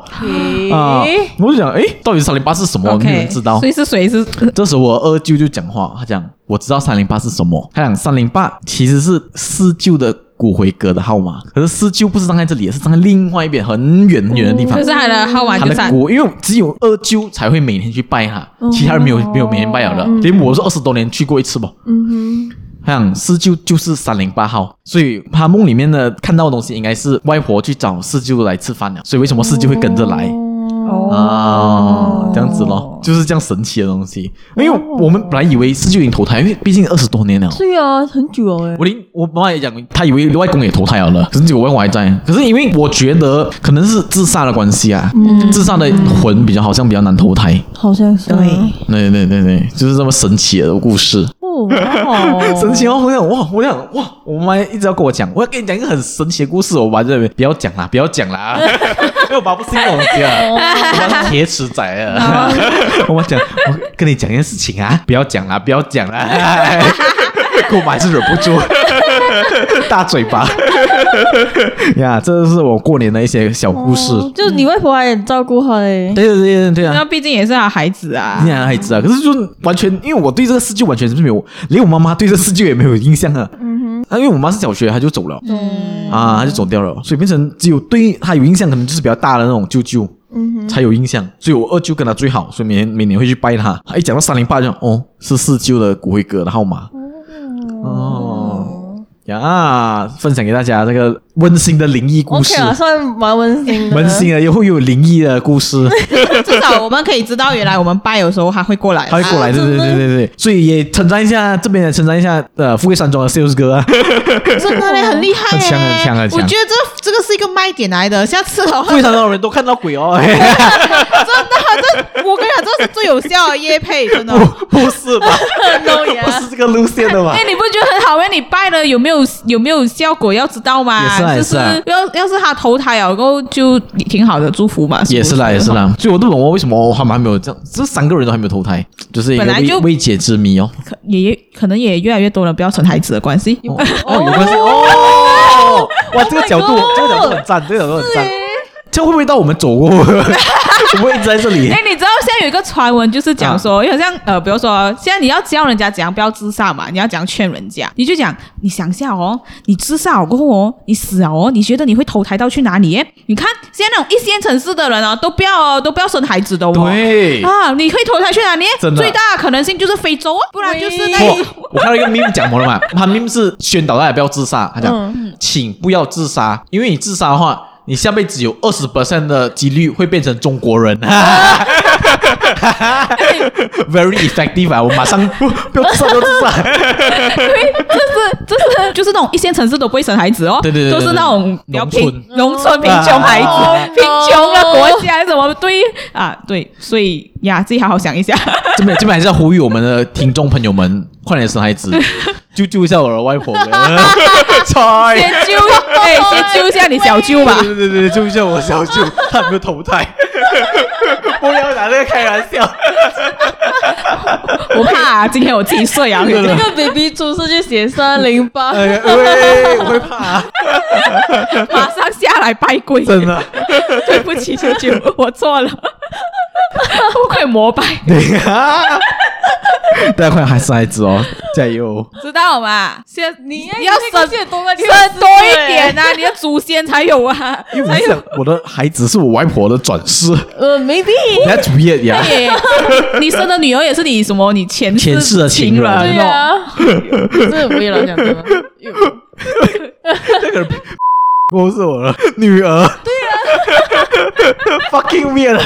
B: 啊，我就想哎，到底三零八是什么？没有人
A: OK，
B: 知道
A: 所。以是谁是
B: 这时候我二舅就讲话，他讲我知道三零八是什么，他讲三零八其实是四舅的骨灰格的号码，可是四舅不是站在这里，是站在另外一边很远很远的地方。
A: 就是他的号码
B: 嗯他
A: 嗯就
B: 的
A: 是
B: 骨，因为只有二舅才会每天去拜他，
A: 哦
B: 其他人没有没有每天拜了的。
A: 嗯
B: 连我是二十多年去过一次吧。他讲四舅就是三零八号，所以他梦里面的看到的东西应该是外婆去找四舅来吃饭了，所以为什么四舅会跟着来？啊，这样子咯，就是这样神奇的东西。因为我们本来以为四舅已经投胎，因为毕竟二十多年了。
C: 对啊，很久哎，
B: 我连我妈妈也讲，她以为外公也投胎了的，可是结果外公还在。可是因为我觉得可能是自杀的关系啊，自杀的魂比较好像比较难投胎。
C: 好像是啊
A: 对
B: 对对对对，就是这么神奇的故事。
C: 哦，哇哦
B: 神奇哦！我想哇，我想哇，我妈一直要跟我讲，我要跟你讲一个很神奇的故事。我妈在那边不要讲啦，不要讲啦，因为我爸不信这种东西啊，我爸是铁齿仔啊。 我妈讲，我跟你讲一件事情啊，不要讲啦，不要讲啦。 可我妈还是忍不住，大嘴巴。呀，这是我过年的一些小故事。
C: 就是你外婆还很照顾她哎，
B: 对对对对对啊！
A: 那毕竟也是他孩子啊
B: 你。然还知道，可是就是完全，因为我对这个四舅完全是没有，连我妈妈对这四舅也没有印象啊。嗯哼，因为我妈是小学，她就走了，嗯啊，她就走掉了，所以变成只有对她有印象，可能就是比较大的那种舅舅，嗯哼，才有印象。所以我二舅跟她最好，所以每年每年会去拜她。她一讲到三零八，就哦是四舅的骨灰格的号码，哦呀，分享给大家这个温馨的灵异故事
C: OK 啊，算蛮温馨的，
B: 温馨的又会有灵异的故事。
A: 至少我们可以知道，原来我们拜有时候他会过来啊
B: 他会过来，对对对对对，所以也称赞一下这边也称赞一下呃富贵山庄的 sales 哥啊，
A: 真的嘞，很厉害、欸，
B: 很强很强很强
A: 我 觉得这这个是一个卖点来的，下次哦，
B: 富贵山庄的人都看到鬼哦，嘿
A: 真的这我跟你讲，这是最有效的叶配，真的。
B: 不不是 吧？
C: No 呀
B: 不是这个路线的吧
A: 哎、？你不觉得很好吗？你拜了有没有有没有效果要知道嘛？
B: 也是啊
A: 就
B: 也是啊
A: 要要是他投胎了，然后就挺好的，祝福嘛。
B: 也是啦，
A: 不
B: 也是。啦，所以我都不懂哦我为什么他们还没有这样，这三个人都还没有投胎，就是一个
A: 本来
B: 未
A: 就
B: 未解之谜 哦。
A: 可也可能也越来越多人不要生孩子的关系。
B: 哦，哦有关系
A: Oh
B: 哦。哇，这个角度，这个角度很赞，这个角度很赞。这样会不会到我们走过？ 我们一直在这 里
A: 哎、你知道现在有一个传闻，就是讲
B: 啊
A: 说，好像呃，比如说，现在你要教人家怎样不要自杀嘛，你要怎样劝人家，你就讲，你想一下哦，你自杀了过后哦，你死了哦，你觉得你会投胎到去哪里耶？你看现在那种一线城市的人哦，都不要哦，都不要生孩子的哦。
B: 对
A: 啊，你会投胎去哪里？
B: 真的
A: 最大的可能性就是非洲啊，不然就是那
B: 错，我看到一个 meme 讲什么了嘛？他 meme 是宣导大家不要自杀，他讲，请不要自杀，因为你自杀的话，你下辈子有二十 percent 的几率会变成中国人。Very effective 啊！我马 上不不要自杀，不要自杀。
A: 就是就是那种一线城市都不会生孩子哦，
B: 对对对对
A: 都是那种比较贫农村贫穷孩子、
C: 哦
A: 贫穷的国家怎么对啊？对，所以呀，自己好好想一下。
B: 这边这边还是要呼吁我们的听众朋友们，快点生孩子，救救一下我的外 婆们。
A: 先
B: 猜，
A: 揪，哎，先揪一下你小揪吧。
B: 对对对，救一下我小 舅，他有没有投 胎？不要拿这个开玩笑。
A: 我怕、啊、今天我自己睡 啊。
C: 那个 baby 出事就写三零八，
B: 哎呀，喂，我会怕、啊
A: 马上下来拜跪，
B: 真的。
A: 对不起，舅舅，我错了，我快膜拜，
B: 对啊，大家快还生孩子哦，加油！
A: 知道吗？先
C: 你
A: 你要
C: 那
A: 省
C: 个写多个
A: 生多一点啊，你的祖先才有啊。
B: 因为我想我的孩子是我外婆的转世
C: 呃，maybe。
B: ，That's weird 呀。
A: 耶，哎你生的女儿也是你什么？你前
B: 前世的情
A: 情
B: 人
C: 对
A: 哦。
C: 呀，真的不会了，讲真的。
B: 那个人不是我的女儿。对呀、啊、，fucking weird，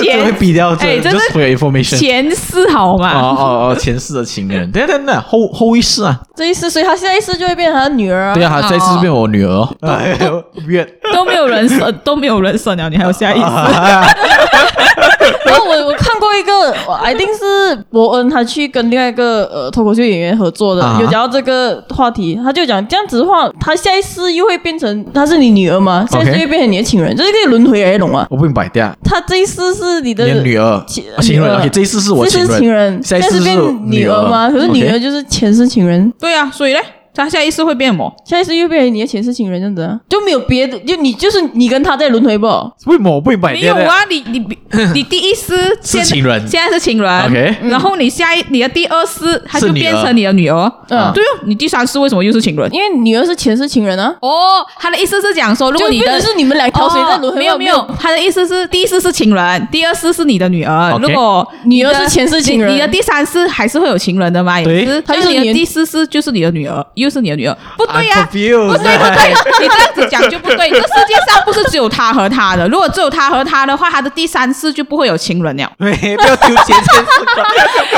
B: 这会
A: 前
B: 比掉
A: 哎这
B: 这，
A: 是
B: just for your information。
A: 前世好
B: 哦
A: 吗？
B: 哦哦，前世的情人，等一下等等，啊后后一世啊，
C: 这一次，所以他下一次就会变成他女儿啊
B: 对。啊，再一次变我女儿哦，哎呦，weird，
A: 都没有人生， 都没有人生了，你还有下一
B: 啊
A: 次？
C: 然后我我看过一个我，I think 是伯恩他去跟另外一个呃脱口秀演员合作的
B: 啊，
C: 有讲到这个话题，他就讲这样子的话，他下一次又会变成她是你女儿嘛，下一次
B: OK
C: 又变成你的情人，就是可以轮回而懂吗？
B: 我不明白的啊，
C: 他这一次是你的
B: 你的女儿
C: 情
B: 啊情
C: 女
B: 人
C: 儿
B: ，OK，这一次是我
C: 这
B: 情
C: 次
B: 人，
C: 情人，
B: 下一
C: 下
B: 次
C: 次变
B: 我
C: 女儿吗？可是女儿
B: OK
C: 就是前世情人，
A: 对啊，所以嘞，他下一次会变什么？
C: 下一次又变成你的前世情人，这样子啊就没有别的，就你就是你跟他在轮回不？啊
B: 为什么我不明白的？
A: 没有， 啊，你你你第一世
B: 哎是情人
A: 现在是情人
B: OK
A: 然后你下一你的第二世，他
B: 是
A: 就
B: 女儿
A: 变成你的女儿。
B: 啊
C: 嗯，
A: 对哦，你第三世为什么又是情人？
C: 因为女儿是前世情人啊，
A: 哦，他的意思是讲说，如
C: 就
A: 果你
C: 变
A: 的
C: 成是你们两条水在
A: 哦
C: 轮回，
A: 没有没有，他的意思是第一世是情人，第二世是你的女儿。
B: OK
A: 如果
C: 女儿
A: 你的
C: 是前世情人
A: 你，你的第三世还是会有情人的嘛？
B: 对
A: 也是，
C: 他
A: 他
C: 就是
A: 你
C: 是
A: 的
C: 你
A: 第四世就是你的女儿，又是你的女儿，不对呀、
B: I'm confused
A: 不对不 对，你这样子讲就不对。这世界上不是只有他和他的，如果只有他和他的话，他的第三世就不会有情人了。
B: 对，不要纠结这件事。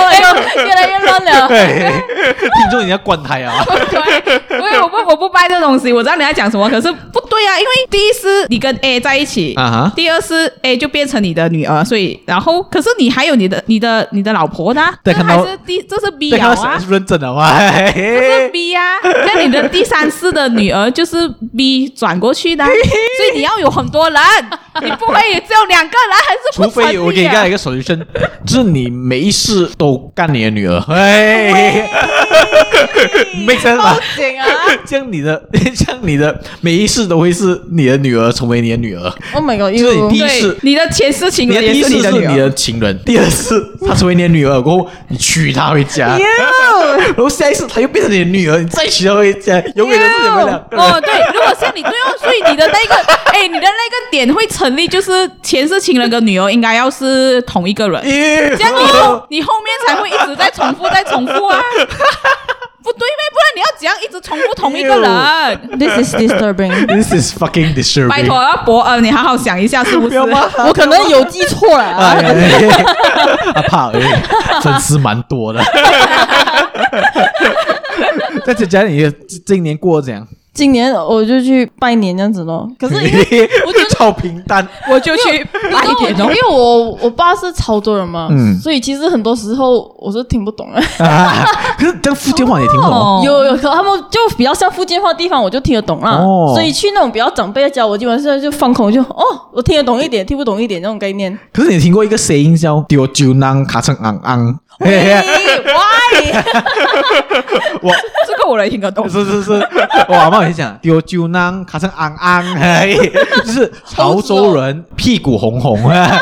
C: 哎呦，越来越乱 了。
B: 对，听众你要关台啊！
A: 对，我也我不我不掰这东西，我知道你在讲什么，可是不对啊，因为第一是你跟 A 在一起，
B: 啊哈
A: 第二是 A 就变成你的女儿，所以然后可是你还有你的你的你的老婆呢，
B: 对
A: 这
B: 看到
A: 还是第这是 B
B: 对，
A: 了
B: 看到
A: 啊
B: 是。认真的哇！
A: 这是 B 呀、啊，那你的第三世的女儿就是 B 转过去的啊，所以你要有很多人，你不会只有两个人，还是不
B: 除非我给你
A: 成立啊
B: 盖一个手 o l 就是你每一世都干你的女儿，哎，make sense 吧？
C: 行啊
B: 这样你的， 这样你的每一世都会是你的女儿成为你的女儿，
C: ！Oh my god！
B: 就是你第一世
A: 对，你的前世情
B: 你的
A: 人
B: 第
A: 也
B: 一
A: 是
B: 世
A: 你的
B: 是
A: 女
B: 你
A: 儿，
B: 的情人，第二世她成为你的女儿过后，你娶她回家， 然后下一世她又变成你的女儿，你再娶她回家，永远都是你们两个人。
A: 哦，对，如果像你对哦，所以你的那个， 哎，你的那个点会成立，就是前世情人跟女儿应该要是同一个人，
B: 耶
A: 这样你
B: 哦
A: 后你后面才会一直在重复，在重复 啊。不对呗，不然你要怎样一直重复同一个
B: 哎
A: 人？
C: This is disturbing。
B: This is fucking disturbing。
A: 拜托，要伯恩，你好好想一下，是不
B: 不
A: 是
B: 要？骂他
C: 我可能有记错 了啊
B: 哎，哎哎阿帕而已，粉丝蛮多的。在这家里，今年过得怎样？
C: 今年我就去拜年这样子咯。可是因为我觉得
B: 超平淡，
A: 我就去拜一点
C: 因
A: 哦
C: 为。我我爸是潮州人嘛，
B: 嗯
C: 所以其实很多时候我是听不懂的。
B: 啊可是这样福建话也啊听不懂
A: 哦
C: 有有，可他们就比较像福建话地方，我就听得懂啦。
B: 哦
C: 所以去那种比较长辈的家，我基本上就放空，就哦，我听得懂一点，听不懂一点那种概念。
B: 可是你听过一个谐音叫“丢酒囊卡成昂昂”，嘿
C: 哦
B: 嘿嘿
C: 喂，
B: 我
A: 这个我能听得懂。
B: 是是是，我阿妈也讲丢酒囊卡成昂昂， 嘿就是潮州人屁股红 红啊，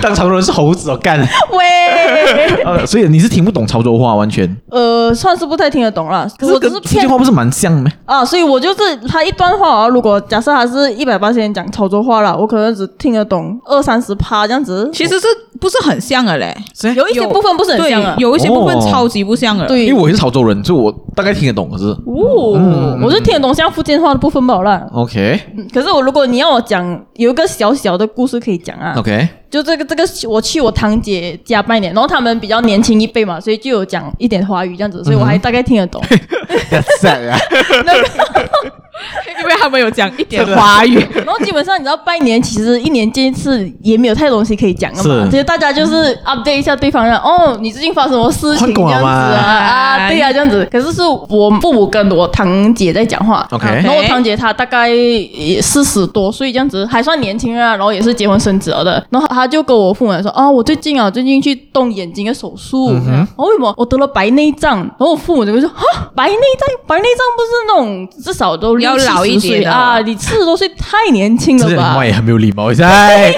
B: 当潮州人是猴子哦，干，
C: 喂，
B: 呃所以你是听不懂潮州话完全，
C: 呃，算是不太听得懂啦。
B: 可
C: 我
B: 跟
C: 只是
B: 福建
C: 骗
B: 话不是蛮像的吗？
C: 啊，所以我就是他一段话啊，如果假设他是一百八十人讲潮州话啦，我可能只听得懂二三十趴这样子。
A: 其实是不是很像的嘞？
B: 是
C: 有一些部分不是很
A: 对
C: 像啊，。
A: 有一些部分
B: 哦
A: 超级不像的。
C: 对
B: 因为嗯我也是潮州人，所以我大概听得懂，可是
C: 哦，我就听得懂像福建话的部分吧啦。
B: OK
C: 嗯可是我如果你要我讲，有一个小小的故事可以讲啊。
B: OK，
C: 就这个这个，我去我堂姐家拜年，然后他们比较年轻一辈嘛，所以就有讲一点华语这样子，所以我还
B: 嗯
C: 大概听得懂。
B: sad 啊，
A: 因为他们有讲一点华 语，
C: 然后基本上你知道拜年，其实一年见一次也没有太多东西可以讲的嘛
B: 是，
C: 所以大家就是
A: 嗯
C: update 一下对方，让哦你最近发生什么事情
B: 换
C: 这
B: 过
C: 样
B: 了
C: 子
B: 嘛
C: 啊啊，对呀、啊、这样子。可是是我父母跟我堂姐在讲话
B: OK
C: 然后我堂姐她大概四十多岁这样子，还算年轻啊，然后也是结婚生子了的。然后她就跟我父母讲说啊，我最近啊最近去动眼睛的手术，
B: 嗯
C: 然后为什么我得了白内障？然后我父母就会说哈白内障，白内障不是那种至少都
A: 要
C: 六七
A: 老
C: 十
A: 一点
C: 岁
A: 的
C: 啊，你四十多岁太年轻
B: 这
C: 了吧
B: 话？也很没有礼貌，现在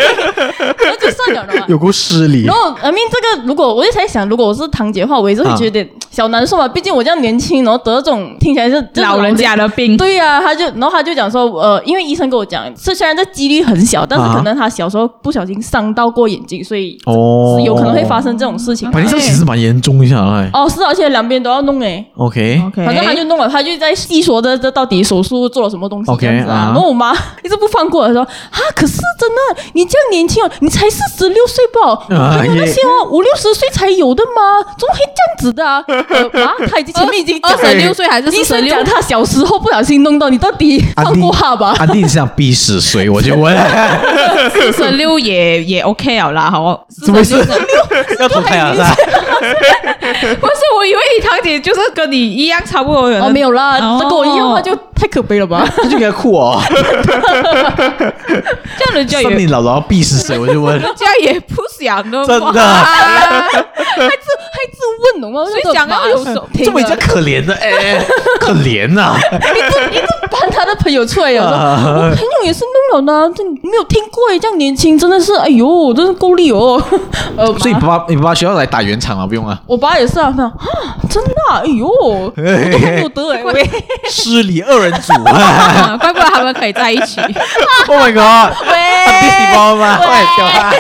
C: 那就算了的嘛。
B: 有够失礼
C: 然。后，I mean，这个如果我就在想，如果我是堂姐的话，我也是会觉得小难受嘛。啊毕竟我这样年轻，然后得这种听起来是就是
A: 老人家的病。
C: 对呀、他就，然后他就讲说，呃，因为医生跟我讲，这虽然这几率很小，但是
B: 啊
C: 可能他小时候不小心伤到过眼睛，所以
B: 哦
C: 是有可能会发。生这种事情。
B: 白内障
A: 哦
B: 其实蛮严重一下的哎。
C: 哦，是，而且两边都要弄欸诶。
B: OK，
A: OK，
C: 反正他就弄了，他就在细说这这到底手术做了什么东西
B: OK，
C: 这样子啊。
B: 啊
C: 然后我妈一直不放过，她说啊，可是真的，你这样年轻哦，你才四十六岁吧？
B: 啊
C: 还有那
B: 也
C: 些哦，五六十岁才有的嘛，怎么会这样子的 啊？呃妈，她已经前面已经讲
A: 二
C: 了
B: 哎
A: 十六岁还是
C: 医
A: 四十
C: 生
A: 六
C: 讲？她小时候不小心弄到，你到底放过 她吧？
B: 安迪，你想逼死谁？我就 问，
A: 四十六也也 OK 了啦，好。
B: 怎么是要投胎啊？是吧？
A: 不是，我以为你堂姐就是跟你一样差不多的。
C: 哦，没有啦，
A: 哦
C: 这跟我一样的话就太可悲 了吧？
B: 他就给他酷哦，
A: 这样人家也
B: 算你姥姥逼死谁？我就问，
A: 人家也不想的嘛，
B: 真的
C: 还自还自问懂哦吗？
A: 谁想要有手
B: 这么一家可怜的哎，可怜啊呐！
C: 一直 搬他的朋友出来呀，
B: 啊
C: 说我朋友也是弄了呢，这你没有听过诶，这样年轻真的是，哎呦，真是够力 哦。呃，
B: 所以你
C: 妈
B: 爸爸你爸爸需要来打圆场了，不用啊，
C: 我爸也是啊，他说啊，真的啊、哎呦，我都还没有得哎，喂
B: 失礼二人组 ，Oh
A: 啊怪不得他们可以在一起。
B: my god！安迪你
C: 喂，
B: 包吗？坏掉啊！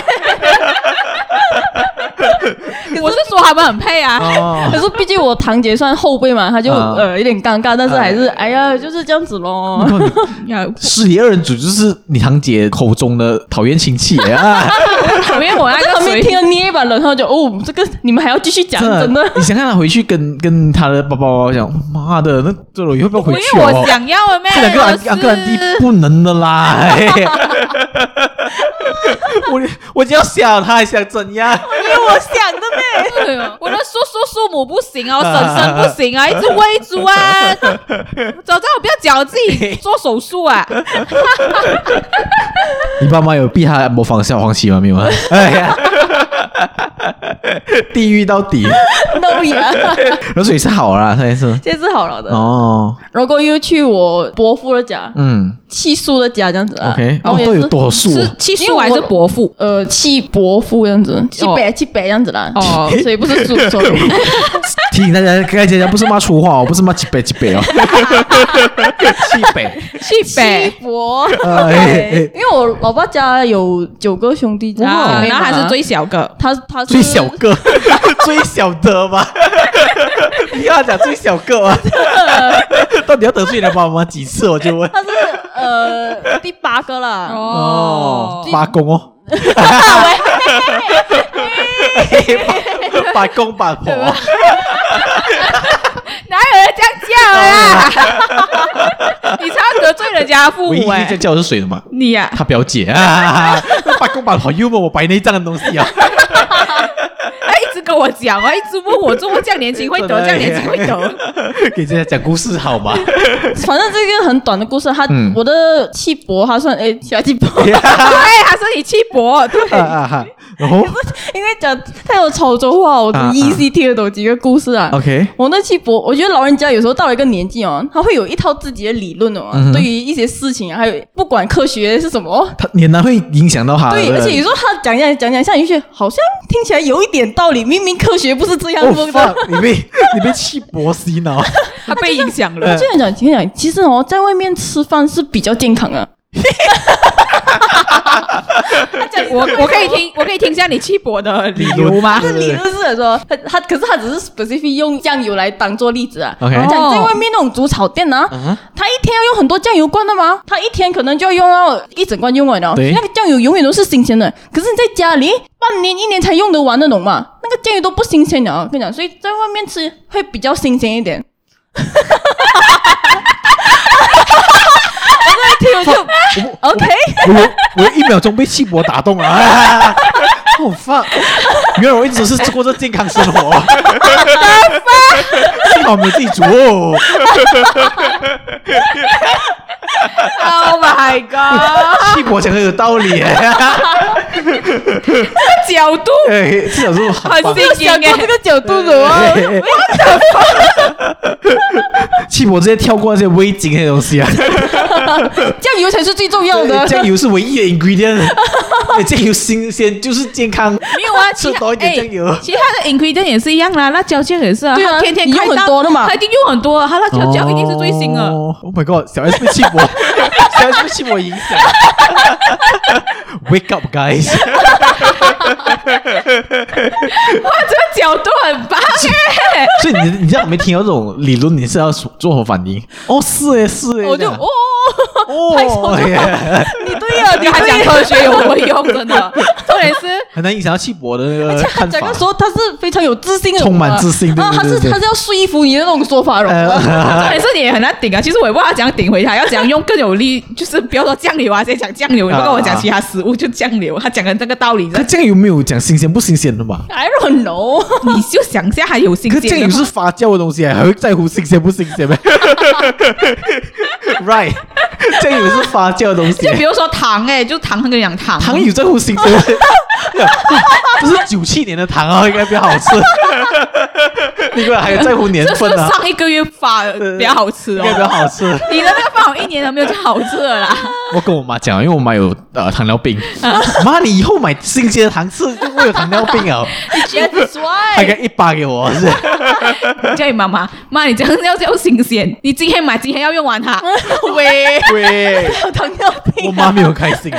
A: 我是说他们很配啊，
B: 哦
C: 可是毕竟我堂姐算后辈嘛，她就
B: 啊
C: 呃有点尴尬，但是还是哎呀就是这样 子咯。
A: 要
B: 失礼二人组就是你堂姐口中的讨厌亲戚啊！
A: 讨厌我那
C: 在
A: 个
C: 旁边
A: 谁
C: 听了捏一把冷汗，就哦，这个你们还要继续 讲，真的。
B: 你想看他回去跟跟他的爸爸妈妈讲，妈的，那这种以后不要
A: 因
B: 回去
A: 为我
B: 哦。
A: 想要的咩？
B: 这两个安
A: 我是
B: 安哥安弟不能的啦！ 哎我我就要想他还想怎样？
C: 因为我想的呗。
A: 哎呦我的叔叔叔母不行啊，我婶婶不行啊，一直喂猪啊。早知道我不要讲，我自己做手术啊。
B: 你爸妈有逼他模仿小黄旗吗？没有啊！ 哎呀，地狱到底，
C: 那也，
B: 然后所以是好啦，他也是
C: 这次好了的。
B: 哦，
C: 然后又去我伯父的家，
B: 嗯
C: 七叔的家这样子啊。
B: ，OK，
C: 然
B: 哦
C: 后，也
B: 都
C: 是
B: 有多数
A: 是七叔还是伯父？
C: 呃，七伯父这样子，七伯七伯这样子啦。
A: 哦
C: 所以不是叔叔。
B: 提醒大家，刚才讲不是骂粗话哦，不是骂几北几 北哦，西北，
A: 七
C: 七
A: 北。
C: 伯，
B: 哎哎
C: 对因为我老爸家有九个兄弟姐妹
A: 啊
C: 嘛，，
A: 然后还是最小个，
C: 他他是
B: 最小个， 最小的吧？ 你要讲最小个吗？ 到底要得罪你的爸爸妈妈几次？我就问。
C: 他是呃第八个啦。
B: 哦，八公哦。 八八公八婆，
A: 哪有人这样叫啊？家父
B: 哦唯一
A: 母哎、
B: 在叫我是谁的嘛？
A: 你呀、
B: 他表姐啊，八公八婆幽默，我摆那一张的东西啊，
A: 他一直跟我讲，啊，一直问我做么这样年轻会得，这样年 轻会得。
B: 给大家讲故事好吗？
C: 反正这个很短的故事，他、
B: 嗯
C: 我的气薄，他算哎诶，其 他气薄，
A: 对，他是你气薄，对，
B: 啊啊啊然后
C: 因为讲太有潮州话，我
B: 啊啊
C: 依稀听得懂几个故事啊。
B: OK，
C: 我那气薄，我觉得老人家有时候到了一个年纪哦，他会有一套自己的理论哦，
B: 嗯哼
C: 对于一些事情啊，还有不管科学是什么，
B: 他你很难会影响到他的，
C: 对，而且有时候他讲讲讲讲下，你就觉得好像听起来有一点道理，明明科学不是这样
B: 哦
C: 弄的。
B: fuck，你被 你被气薄洗脑，
A: 他被影响了。
C: 这样讲，这
B: 哎
C: 样讲，其实哦，在外面吃饭是比较健康的。啊
A: 我我可以听，我可以听一下你气薄的理 由吗？
B: 对对
C: 理
B: 对
C: 论啊是说，他他可是他只是 specific 用酱油来当做例子啊。
B: OK
C: 他讲
A: 哦
C: 在外面那种煮炒店啊，
B: 嗯哼
C: 他一天要用很多酱油罐的嘛，他一天可能就要用到一整罐用完了。
B: 对
C: 那个酱油永远都是新鲜的，可是你在家里半年一年才用得完那种嘛，那个酱油都不新鲜了。跟你讲，所以在外面吃会比较新鲜一点。我在听我就 OK，
B: 我有我有一秒钟被气薄打动了，啊！我 fuck，原来我一直是过着健康生活，幸好没有自己煮哦。
A: Oh my god！
B: 气薄讲的有道理，哎，
A: 角度
B: 至少是
A: 很
B: 棒
A: 新
C: 我
A: 颖
C: 想过
A: 哎
C: 这，个角度的哦。
B: 哎气薄直接跳过那些味精那些东西啊，
C: 酱油才是最重要的。
B: 酱油是唯一的 ingredient，哎酱油新鲜就是健康，
A: 没有 啊，
B: 吃
A: 其他
B: 多一点
A: 哎
B: 酱油
A: 其他的 ingredient 也是一样啦，辣椒酱也是啊，
C: 对啊
A: 他天天
C: 你用
A: 看到
C: 很多的嘛
A: 他一定用很多啊，他辣椒酱一定是最新
C: 啊
A: 的。
B: 哦 Oh my god，小 S 被气薄， 小 S 被气薄影响。Wake up, guys！
A: 这个角度很棒哎，
B: 所以你你这样没听到这种理论，你是要做何反应？哦，是诶，是诶，
C: 我
B: 这
C: 就
B: 样
C: 哦，
B: 哦，
C: 拍手就好
B: 哎
C: 你 对呀、你
A: 他
C: 对
A: 讲
C: 呀
A: 科学有何用？真的，啊 重点是
B: 很难影响到气薄的那个
C: 他
B: 看
C: 讲
B: 法
C: 的。时候，他是非常有自信的人啊，
B: 充满自信对
C: 啊，
B: 对
C: 他是
B: 对对
C: 他是要说服你的那种说法了。
B: 呃，
A: 重点是你也很难顶啊。其实我也不知道怎样顶回他，要怎样用更有力，就是不要说酱油啊，先讲酱油，你不跟我讲其他食物就酱油。他讲的这个道理，
B: 可酱油没有讲新鲜不新鲜的嘛？
C: I don't know，
A: 你就想一下还有新
B: 可
A: 鲜
B: 是
A: 的。
B: 酱油是发酵的东西，还会在乎新鲜不新鲜吗 ？Right，酱油是发酵的东西
A: 就，比如说糖哎、就糖，他跟你讲糖，
B: 糖有在乎新鲜不新鲜？ 这是九七年的糖啊，应该比较好吃。 你个还在乎年
A: 这是
B: 份啊？
A: 上一个月发的，比较好吃
B: 应
A: 哦。
B: 该比较好吃。
A: 你的那个饭我一年都没有就好吃了啦。
B: 我跟我妈讲，因为我妈有呃糖尿病， 妈，你以后买新鲜的糖吃，我有糖尿病 啊，
C: That's
B: 她
C: why。
B: 给一巴给我， 是
A: 你叫你妈妈，妈，你这样要要新鲜，你今天买，今天要用完它。喂，
B: 喂，
C: 有糖尿病，
B: 我妈没有开心 啊，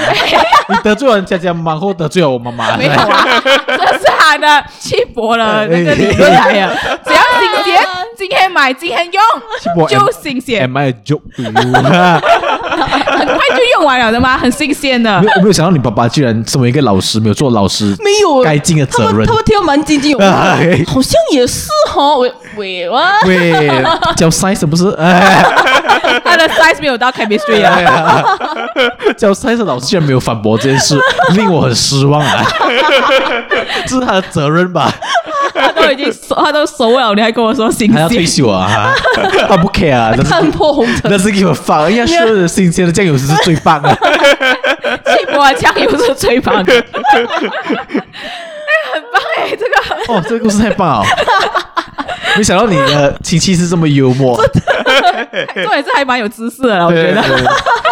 B: 你得罪完佳佳妈，或得罪了我妈妈，
A: 没有啊，这是他的气薄
B: 哎
A: 了那个理论来啊。只要新鲜，今天买，今天用
B: 薄，
A: 就新鲜，
B: Am I a joke to you？
A: 很快就用完了的嘛，很新鲜的
B: 哎没。有，我没有想到你爸爸居然身为一个老师，没有做老师
C: 没有
B: 该尽的
C: 他
B: 责
C: 们
B: 任
C: 他。们听得蛮津津有 味
B: 哎
C: 的，好像也是哈。喂喂哇，
B: 喂，教 science 不是？哎，
A: 他的 size 没有到 chemistry 啊
B: 哎。呀 教 science 的老师居然没有反驳这件 事，令我很失望啊！ 这是他的责任吧？
A: 他都已经熟，他都熟了，你还跟我说新
B: 他要退
A: 鲜？
B: 休啊？他不 care 啊？但
C: 看
B: 是
C: 破红尘，
B: 但是给我放，人家说的新鲜的酱油是最棒啊的。
A: 气薄啊，酱油是最棒 的。哎，很棒哎，这个
B: 哦，这个故事太棒 了！没想到你的亲戚是这么幽 默，
A: 重点是还蛮有知识的啦，我觉
B: 对
A: 得。
B: 对对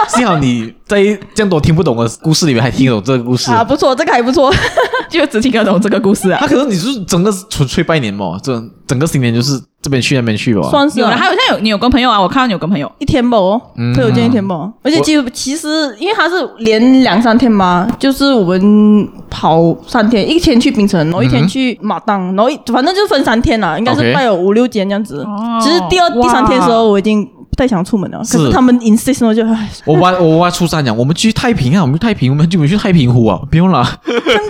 B: 幸好你在这样多听不懂的故事里面还听得懂这个故事。
C: 啊，不错，这个还不
B: 哦
C: 错。
A: 就只听得懂这个故事啊
B: 他。可能你就是整个纯粹拜年嘛，这整个新年就是这边去那边去吧。
C: 算是
A: 有
C: 啊
A: 了，他好像有你有跟朋友啊，我看到你有跟朋友，
C: 一天吧，哦
B: 嗯，
C: 推我建一天吧。而且其实其实，因为他是连两三天嘛，就是我们跑三天，一天去槟城，然后一天去马当，然后一反正就分三天啦，应该是
B: 嗯 OK
C: 拜有五六间这样子
A: OK。
C: 其实第二、
A: 哇
C: 第三天的时候，我已经不
F: 带小孩出门了，可
B: 是
F: 是他们 insist 我就
C: 哎
F: 唉
B: 我挖我挖初三讲，我们去太平啊，我们去太平，我们很久没去太平湖啊，不用了，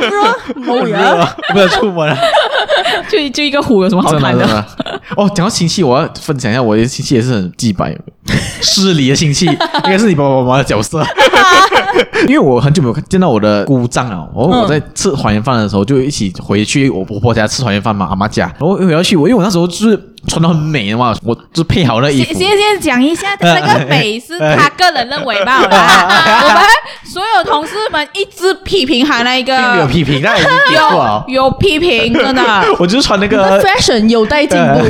F: 冇
B: 热
C: 哎
F: 嘢。
B: 啊，不要出门了。
A: 就就一个湖有什么好啊
B: 真的
A: 看
B: 真
A: 的？
B: 的。哦，讲到亲戚，我要分享一下，我的亲戚也是很鸡白，失礼的亲戚，应该是你爸爸妈妈的角 色。因为我很久没有见到我的姑丈了，我
A: 嗯
B: 我在吃团圆饭的时候就一起回去我婆婆家吃团圆饭嘛，阿妈家，然后我要去，我因为我那时候就是穿的很美的嘛，我就配好那衣
A: 先
B: 服。
A: 先先讲一下，这个美是他个人认为吧，好啦我们所有同事们一直批评他那一个，
B: 并没有批评，啊那已经结束 了
A: 有。有批评，真的
B: 我就是穿那个
C: fashion 有待进
B: 呃
C: 步。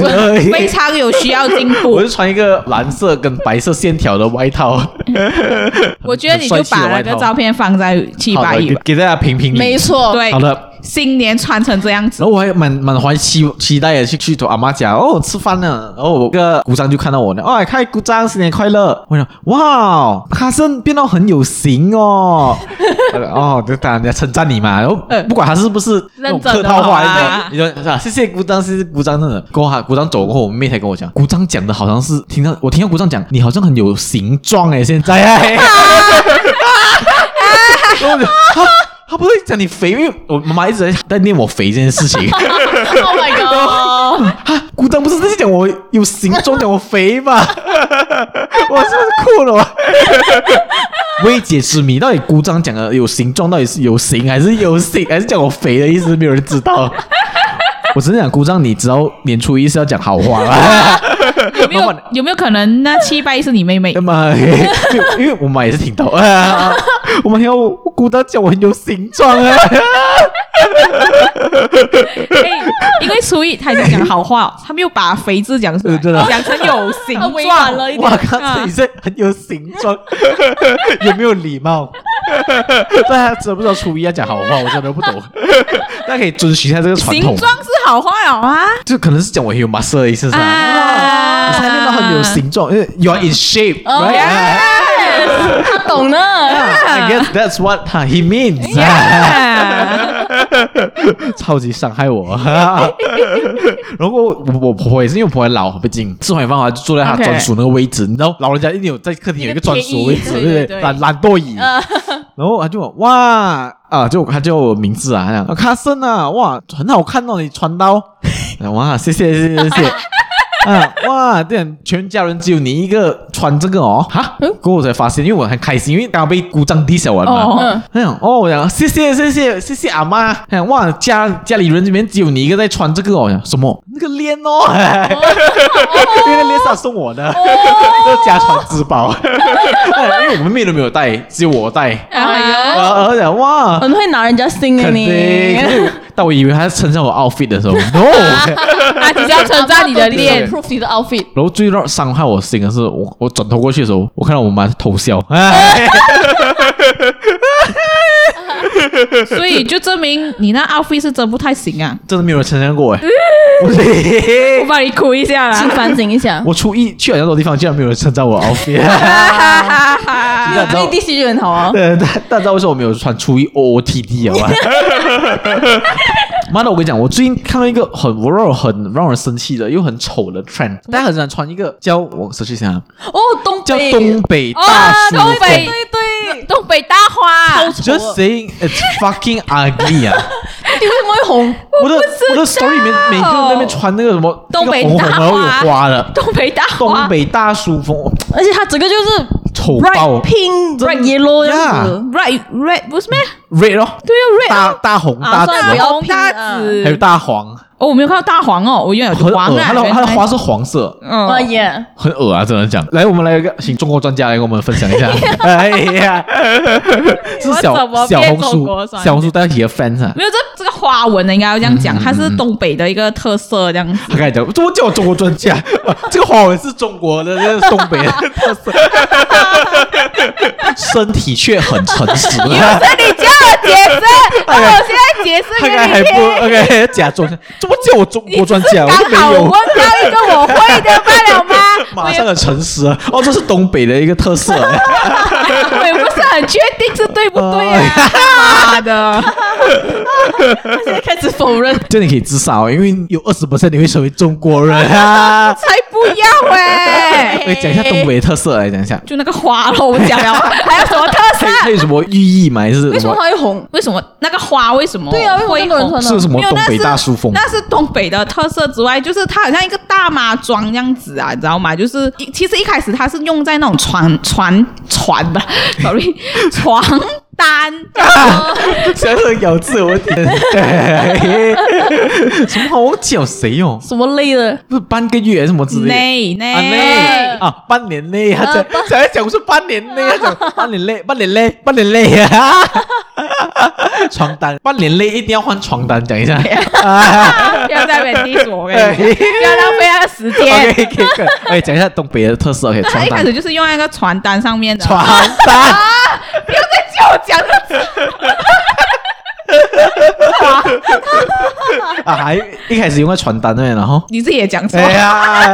A: 非常有需要进
B: 我
A: 步
B: 就。穿一个蓝色跟白色线条的外套，
A: 我觉得你就把那个照片放在七
B: 好
A: 八
B: 的，
A: 一
B: 给
A: 吧，
B: 给大家评评理。
C: 没错，
A: 对
B: 好，的，
A: 新年穿成这样子
B: 然，后我还蛮蛮怀期期待的去去我阿妈家哦吃饭呢，然后我个姑丈就看到我呢，哦嗨姑丈新年快乐，我想哇，哈森变到很有型哦，哦就当然人家称赞你嘛，然后
A: 嗯
B: 不管他是不是那种
A: 认真的
B: 客套话，
A: 话
B: 你就你就啊谢谢姑丈，谢谢姑丈真的，过后他姑丈走过后，我妹才跟我讲，姑丈讲的好像是听到我听到姑丈讲你好像很有形状哎，现在哎。然后我就他他不会讲你肥，因为我妈妈一直在在念我肥这件事情。
C: ，Oh my god，
B: 啊，姑丈不是在讲我有形状，讲我肥吗？ 我是不是哭了我？ 未解之谜，到底姑丈讲的有形状，到底是有形还是有形，还是讲我肥的意思？没有人知道。我只是讲姑丈，你只要年初一是要讲好 话啦。
A: 有没
B: 慢
A: 有
B: 慢
A: 有没有可能那七八一是你妹妹
B: 那？么，因为我妈也是听到啊，我们还有姑丈讲我很有形状啊。
A: 因为初一他已经讲好话，他没有把肥字讲出来，
B: 对呃真
A: 讲
B: 的
A: 成有形
C: 他 委
A: 状
C: 婉了一
B: 哇
C: 点
B: 靠，你这很有形状，有没有礼貌？大家知不知道初一要讲好话？我真的不懂。大家可以遵循一下这个传
A: 形
B: 统，
A: 状是好话哦啊
B: 就可能是讲我很有 muscle 的意思是吧？
A: 啊！
B: 你才练到很有 形状，因为 you are in shape, right?
C: 他懂呢。
B: I guess that's what huh, he means.
A: 啊
B: 超级伤害我。 然后我我婆婆也是，因为我婆婆老毕竟吃完饭的话就坐在她
A: OK
B: 专属那个位置，你知道老人家一定有在客厅有一个专属位置，
A: 一个
B: 对
A: 便椅
B: 不
A: 对对
B: 对？
A: 对
B: 懒懒 惰椅。然后她就问哇啊，就她叫我名字啊，她讲啊卡森啊，哇，很好看哦，你穿到，我讲 哇，谢谢谢谢谢 谢。啊哇！这样全家人只有你一个穿这个哦，哈！
A: 嗯
B: 过后我才发现，因为我很开心，因为刚刚被姑丈 diss 完嘛，
A: 哦，
C: 嗯，
B: 他讲哦，我讲谢谢谢谢谢谢阿妈，他讲哇家家里人里面只有你一个在穿这个哦，我讲什么那个链哦，因为那链是他送我的，这是家传之宝，哎因为我们妹都没有带，只有我带，
A: 哎
B: 然后我讲哇，
C: 很会拿人家心的
B: 肯
C: 你，
B: 定，但我以为他是称赞我 outfit 的时候，no。
A: 呦，他只是要称啊赞你的
B: 练
A: 脸
C: p r o v e 你的 outfit。
B: 然后最让伤害我心的是，我我转头过去的时候，我看到我妈在偷笑，哎
A: 所以就证明你那 outfit 是真不太行啊！
B: 真的没有人称赞过哎，我说
A: 我帮你哭一下啦
C: 请！ 反省一下，
B: 我初一去了那多地方，居然没有人称赞我 outfit。大家知
C: 最
B: 道
C: 近，第四就很好 啊。
B: 对，大大家知道为什么我没有穿初一 OOTD 啊？妈的，我跟你讲，我最近看到一个很我让我很让人生气的又很丑的 trend，大家很喜欢穿一个叫我失去想想，
C: 哦，东
B: 叫
C: 北，
B: 东北大叔
A: 哦东
B: 风。
A: 北
C: 对对，
A: 东北大花，
B: Just saying, it's fucking ugly 啊！
C: 你为什么会红？
B: 我的我的 story 里面每天都在那边穿那个什么
A: 东北
B: 那个红
A: 大
B: 红然后有花的
A: 东北大花
B: 东，北大叔风，
C: 而且他整个就是
B: 丑
C: bright
B: 爆
C: pink、
B: 真
C: bright yellow 这样
B: Yeah
C: 子。
A: red red 不是咩？
B: red 哦，
A: 对啊
B: 大大红大
C: 啊
B: 紫
C: 算了
A: ，red
C: 不
B: 哦，
C: 要
A: 红大紫，
B: 还有大黄，
A: 啊哦，我没有看到大黄哦，我原来有
B: 很
A: 黄
B: 恶，
A: 啊，
B: 它的它的
A: 原来
B: 花是黄色，
C: 哇
A: 嗯，
C: 耶！
B: 很恶啊，真的讲。来，我们来一个请中国专家来跟我们分享一 下。哎呀，是小
A: 我怎么
B: 小
A: 变
B: 红
A: 中国
B: 书
A: 专家
B: 小红书带几个 fans 啊？
A: 没有这这个花纹呢，应该要这样
B: 嗯
A: 讲，它是东北的一个特色，这样子。
B: 他开始讲，怎么叫我中国专家？ 这个花纹是中国的，这是东北的 特色。身体却很诚实，啊
A: 那 你叫我解释，那我现在解释
B: 他刚才哎还不 OK 假装，怎么叫我中国专家？我都没有，
A: 到一个我会的罢了吗？
B: 马上很诚实啊！哦，这是东北的一个特色。
A: 我也不是很确定是对不对
B: 哎
A: 啊。妈的，
C: 现在开始否认，
B: 这样你可以自杀哦，因为有二十你会成为中国人 啊。
A: 才不要哎、
B: 哎，讲一下东北特色来讲一下，
A: 就那个花咯，我们讲了， 还有什么特色？
B: 它它有什么寓意吗？还是
C: 为什
B: 什
C: 么
B: 么？
C: 它会红？
A: 为什么那个花为什么？
C: 对啊，为什么
A: 会
C: 那么多人
A: 红
C: 穿？
B: 是什么
A: 没有
B: 东
A: 那
B: 北
A: 是
B: 大叔风？
A: 那是东北的特色之外，就是它好像一个大妈装这样子啊，你知道吗？就是一其实一开始它是用在那种船船船吧 ，sorry，床单。
B: 啊
A: 哦
B: 想想咬字，我天！什么好讲谁哦？
C: 什么类的？
B: 不是半个月还是什么之类的？
A: 内内
B: 啊内啊，半年内
A: 呃
B: 啊，才才讲出半年内啊， 讲半年内，半年内，半年内啊！床单，半年内一定要换床单， 讲一下。啊
A: 啊不要在本地说，我跟你讲，不要浪费那个时间。
B: OK，可以可以，哎，讲一下东北的特色，OK，
A: 它
B: 床
A: 一开始
B: 单，
A: 就是用在那个床单上面的，啊
B: 床单。
A: 不要再叫我讲这个字
B: 啊，还一开始用在传单那边，然后
A: 你自己也讲错，
B: 哎 呀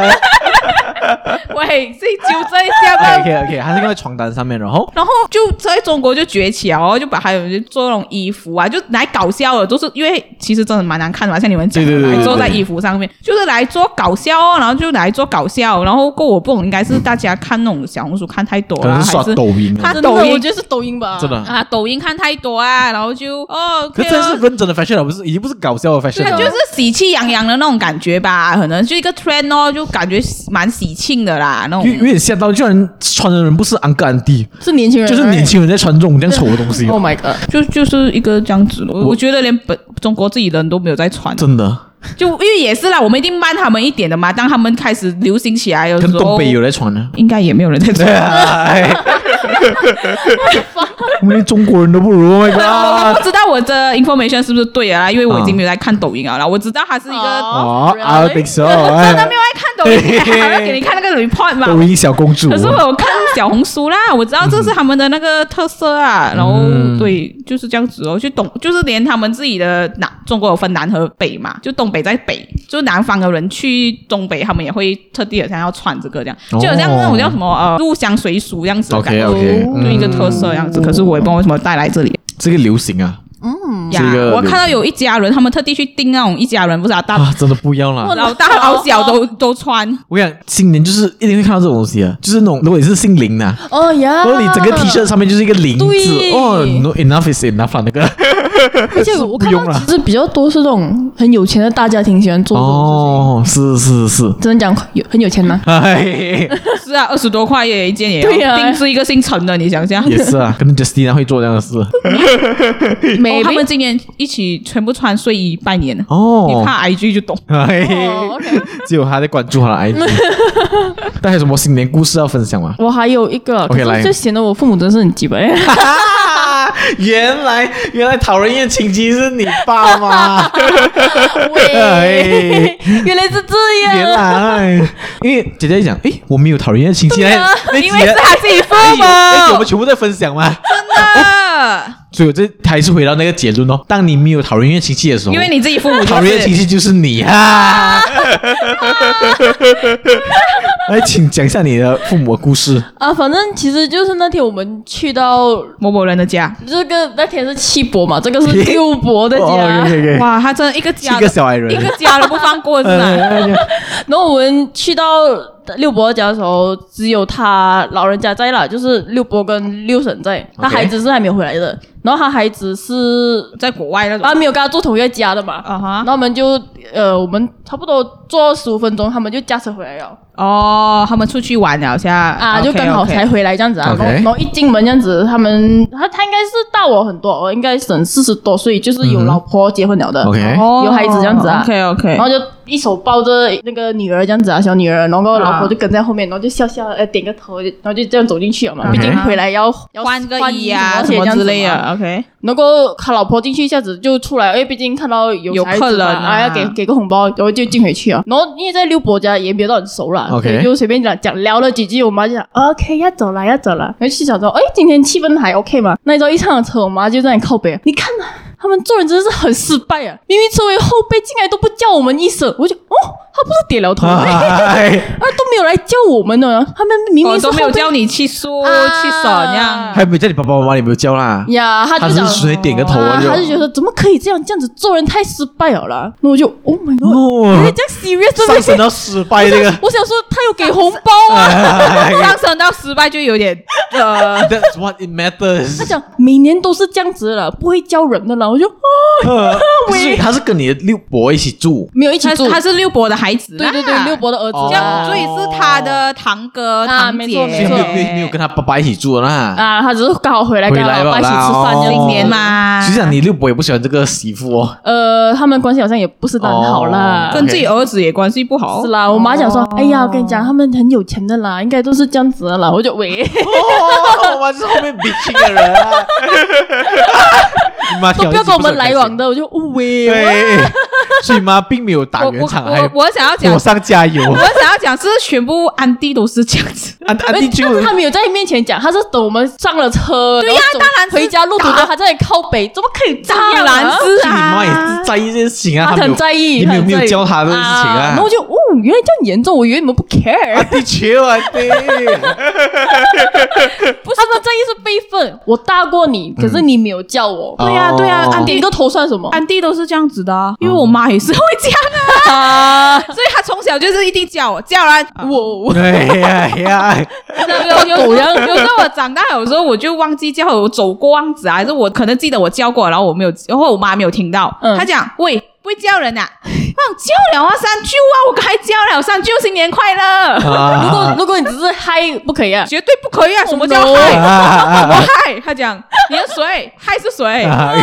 A: 喂，自己纠正一下吧。
B: ，OK OK，还是哎用在床单上面，然后
A: 然后就在中国就崛起了，然后就把它有就做那种衣服啊，就来搞笑的，就是因为其实真的蛮难看的嘛，像你们讲的，
B: 对对对对
A: 来做在
B: 对
A: 衣服上面，就是来做搞笑哦，然后就来做搞笑，然后过我不懂，应该是大家看那种小红书看太多
B: 可
A: 了，
B: 能是
A: 还
B: 刷
A: 是
B: 抖音啊，
A: 他
C: 真的，
A: 抖
C: 我
A: 音
C: 觉得是抖音吧。
B: 真的，
A: 啊抖音看太多啊，然后就哦，
B: 可
A: OK
B: 是真
A: 哦
B: 是认真的 fashion 了，不是已经不是搞笑的 fashion 啊
A: 对，就
B: 了，
A: 是喜气洋洋的那种感觉吧，可能就一个 trend 哦，就感觉蛮喜庆的啦，那
B: 有
A: 种
B: 有点吓到，居然穿的人不是安哥安弟，
C: 是年轻人，，
B: 就是年。轻人在穿这种这样丑的东西
C: Oh
B: 啊
C: my god！
A: 就就是一个这样子咯。我
B: 我
A: 觉得连本中国自己人都没有在啊穿，
B: 真的，
A: 就因为也是啦，我们一定慢他们一点的嘛。当他们开始流行起来，有时
B: 跟
A: 候
B: 东北有在穿啊呢。
A: 应该也没有人在穿。
B: 哎， 我们连中国人都不如，Oh my
A: 我
B: god！
A: 不知道我的 information 是不是对的啦，因为我已经没有在看抖音啊啦。我知道它是一个。
B: 哦，I don't think so，
A: 我真的
B: 哎
A: 没有在看抖音，还会给你看那 个 report 嘛？
B: 抖音小公主
A: 可，是我有看小红书啦，我知道这是他们的那个特色啊，然后
B: 嗯
A: 对，就是这样子哦，去懂，就是连他们自己的南中国有分南和北嘛，就东北在北，就南方的人去东北，他们也会特地好像要穿这个这样，
B: 哦
A: 就好像那种叫什么呃入乡随俗这样子的感
B: OK 哦
A: 觉。
B: OK，
A: 就一个特色这样子，可是我也不知道为什么带来这里
B: 嗯这个流行啊
A: 呀
B: 这个。
A: 我看到有一家人，他们特地去订那种一家人，不是啊， 大
B: 啊，真的不一样啦。
A: 老大老小都 都穿，
B: 我跟你讲，新年就是一定会看到这种东西啊，就是那种如果你是姓林的、啊，
C: 哦呀！
B: 如果你整个 T 恤上面就是一个林字
C: 对，
B: 哦、n o enough is enough 啦，那个
C: 而且我看到其实比较多是这种很有钱的大家庭喜欢做这种事情。
B: 哦，是是是，
C: 只能讲有很有 钱吗？
B: 哎，
A: 是啊，二十多块耶一件也
C: 对
A: 要
C: 啊
A: 定制一个姓陈的，你想想，
B: 也是啊，可能 Justina 会做这样的事
A: 哦
C: 没
A: 他们今年一起全部穿睡衣拜年了。你
B: 哦，
A: 看 IG 就懂，
B: 哎，
C: 哦，OK
B: 只有他在关注他的 IG。大家有什么新年故事要分享吗？
C: 我还有一个，
B: OK，
C: 可
B: 来
C: 是就显得我父母真是很鸡巴。
B: 原来原来讨人厌亲戚是你爸妈， 哎
C: 喂，原来是这
B: 原
C: 样。啊
B: 来，因为姐姐讲，诶，我没有讨人厌亲戚，
C: 啊
B: 那
A: 因为是他自己父
B: 哎
A: 母
B: 而且我们全部在分享嘛，
A: 的，
B: 所以我这还是回到那个结论哦。当你没有讨人厌亲戚的时候，
A: 因为你自己父母
B: 讨
A: 就
B: 人厌亲
A: 是。
B: 戚就是 你啊。来，哎请讲一下你的父母的故事。
C: 啊，反正其实就是那天我们去到
A: 某某人的家，
C: 这个那天是七伯嘛，这个是六伯的
B: 哦
C: 家。
B: ，OK，OK，OK
A: 哇，他真的一个家
B: 七
A: 都
B: 个小矮人
A: 一。个家都不放啊过，是吧？
B: 呃，
C: 然后我们去到六伯家的时候，只有他老人家在啦，就是六伯跟六婶在，他
B: OK
C: 孩子是还没有回来的。然后他孩子是
A: 在国外那种
C: 啊，没有跟他住同一个家的嘛。
A: 啊哈
C: 然，后我们就呃，我们差不多坐十五分钟，他们就驾车回来了
A: 哦，他们出去玩了下
C: 啊，就
A: OK，
C: 刚好
A: OK
C: 才回来这样子啊。然
B: OK
C: 后然后一进门这样子，他们他他应该是大我很多，我应该省四十多岁，就是有
B: 嗯哼
C: 老婆结婚了的。
B: OK
A: 哦
C: 有孩子这样子啊
A: ，OK OK，
C: 然后就一手抱着那个女儿这样子啊，小女儿，然后老婆就跟在后面，然后就笑笑，呃，点个头，然后就这样走进去了嘛。
A: OK
C: 毕竟回来要要
A: 换个衣啊
C: 什
A: 什么之类
C: 的。
A: 的，OK，
C: 然后他老婆进去一下子就出来，因为毕竟看到有
A: 有
C: 孩子
A: 客人
C: 嘛
A: 啊
C: 啊，要给给个红包，然后就进回去啊。然后因为在六伯家也没有到很熟啦
B: OK
C: 所以就随便讲讲聊了几句，我妈就讲 OK 要走了要走了。然后去想说，哎，今天气氛还 OK 嘛？那一早一上了车，我妈就在那里靠北，你看呐、他们做人真的是很失败啊！明明作为后辈进来都不叫我们一声，我就哦，他不是点了头吗？
B: 哎，
C: 啊，都没有来叫我们呢。他们明
A: 我
C: 明是
A: 哦都
C: 后
A: 没有
C: 辈
A: 叫你去说
C: 啊
A: 去耍那 样。
B: 还没叫你爸爸妈妈，你没有叫啦？
C: 呀，
A: 啊
C: 他
B: 他
C: 就
B: 只
C: 想
B: 是随点个头
C: 啊，
B: 就
C: 他。就觉得怎么可以这样这样子做人太失败了啦。那我就 Oh my God，
B: 哦
A: 啊
C: 你这样 serious 真
B: 上升
C: 的。
B: 到失 败这个，
C: 我想说，他有给红包啊！
B: 哎
A: 上升到失败就有点呃，
B: That's what it matters
C: 他。讲每年都是这样子了，不会教人的了。我就哦，
G: 所以他是跟你的六伯一起住，
C: 没有一起
A: 他
C: 住。
A: 他是六伯的孩子，啊
C: 对对对，六，伯的儿子
A: 这样
C: 啊
A: 所以是他的堂哥
C: 啊
A: 堂
C: 没
A: 姐
C: 错，
G: 所以没有没有没有跟他爸爸一起住的啦。
C: 啊，他只是刚好回来
G: 回
C: 跟
G: 来吧
C: 他老爸一起吃
G: 啦
C: 饭
G: 哦
C: 这
A: 今
C: 样子
A: 年
C: 啊
A: 嘛，
G: 实际上你六伯也不喜欢这个媳妇哦，
C: 呃，他们关系好像也不是很好啦。
G: 哦
A: 跟自己儿子也关系不好
C: 是，啦，我妈讲说，哎呀，我跟你讲，他们很有钱的啦，应该都是这样子的啦。我就喂，
B: 哦， 我是后面比亲的人啊，你 妈
C: 都
B: 挑
C: 不要
B: 起
C: 跟我们
B: 是很开
C: 来
B: 心
C: 往。的，我就哦喂。
B: 对，所以妈并没有打
A: 我
B: 圆场，
A: 我
B: 还
A: 我我想要讲，
B: 火
A: 我
B: 上加 油。
A: 想要讲是全部安迪都是这样 子，
B: 安安
C: 没
B: 迪就
C: 有但是他没有在面前讲，他是等我们上了车，对呀、当然回家路途中他在那里靠北，怎么可以这样、啊？
A: 啊是
B: 所以你妈也是在意这件事情啊，她
C: 他
B: 没有
C: 很在意，
B: 你
C: 他
B: 们有没
C: 很在
B: 有
C: 意
B: 教他的事情啊
C: 然后我就哦，原来这样严重，我以为你们不 care。
B: 安迪求安迪，
C: 他们在意是辈分，我大过你，
B: 嗯
C: 可是你没有叫我，
B: 哦
A: 对呀啊对呀，安
C: 点
A: 迪
C: 个头算什么？
A: 安迪都是这样子的啊，因为我妈也是会这样 啊，所以她从小就是一定叫我叫啦，我我
B: 哎呀呀，
A: 有
C: 狗一样
A: 有时候我长大，有时候我就忘记叫，我走过样子啊，还是我可能记得我叫过，然后我没有，然后我妈没有听到，
C: 嗯
A: 她讲喂。不会叫人呐、啊，我讲叫了啊，三舅啊，我刚才叫了三舅，新年快乐，
C: 如
B: 啊
C: 果如果你只是嗨，不可以啊。
A: 绝对不可以啊！什么叫
C: no
A: 嗨？
B: 啊
A: 我嗨，她讲你是谁？嗨是谁？
B: 啊！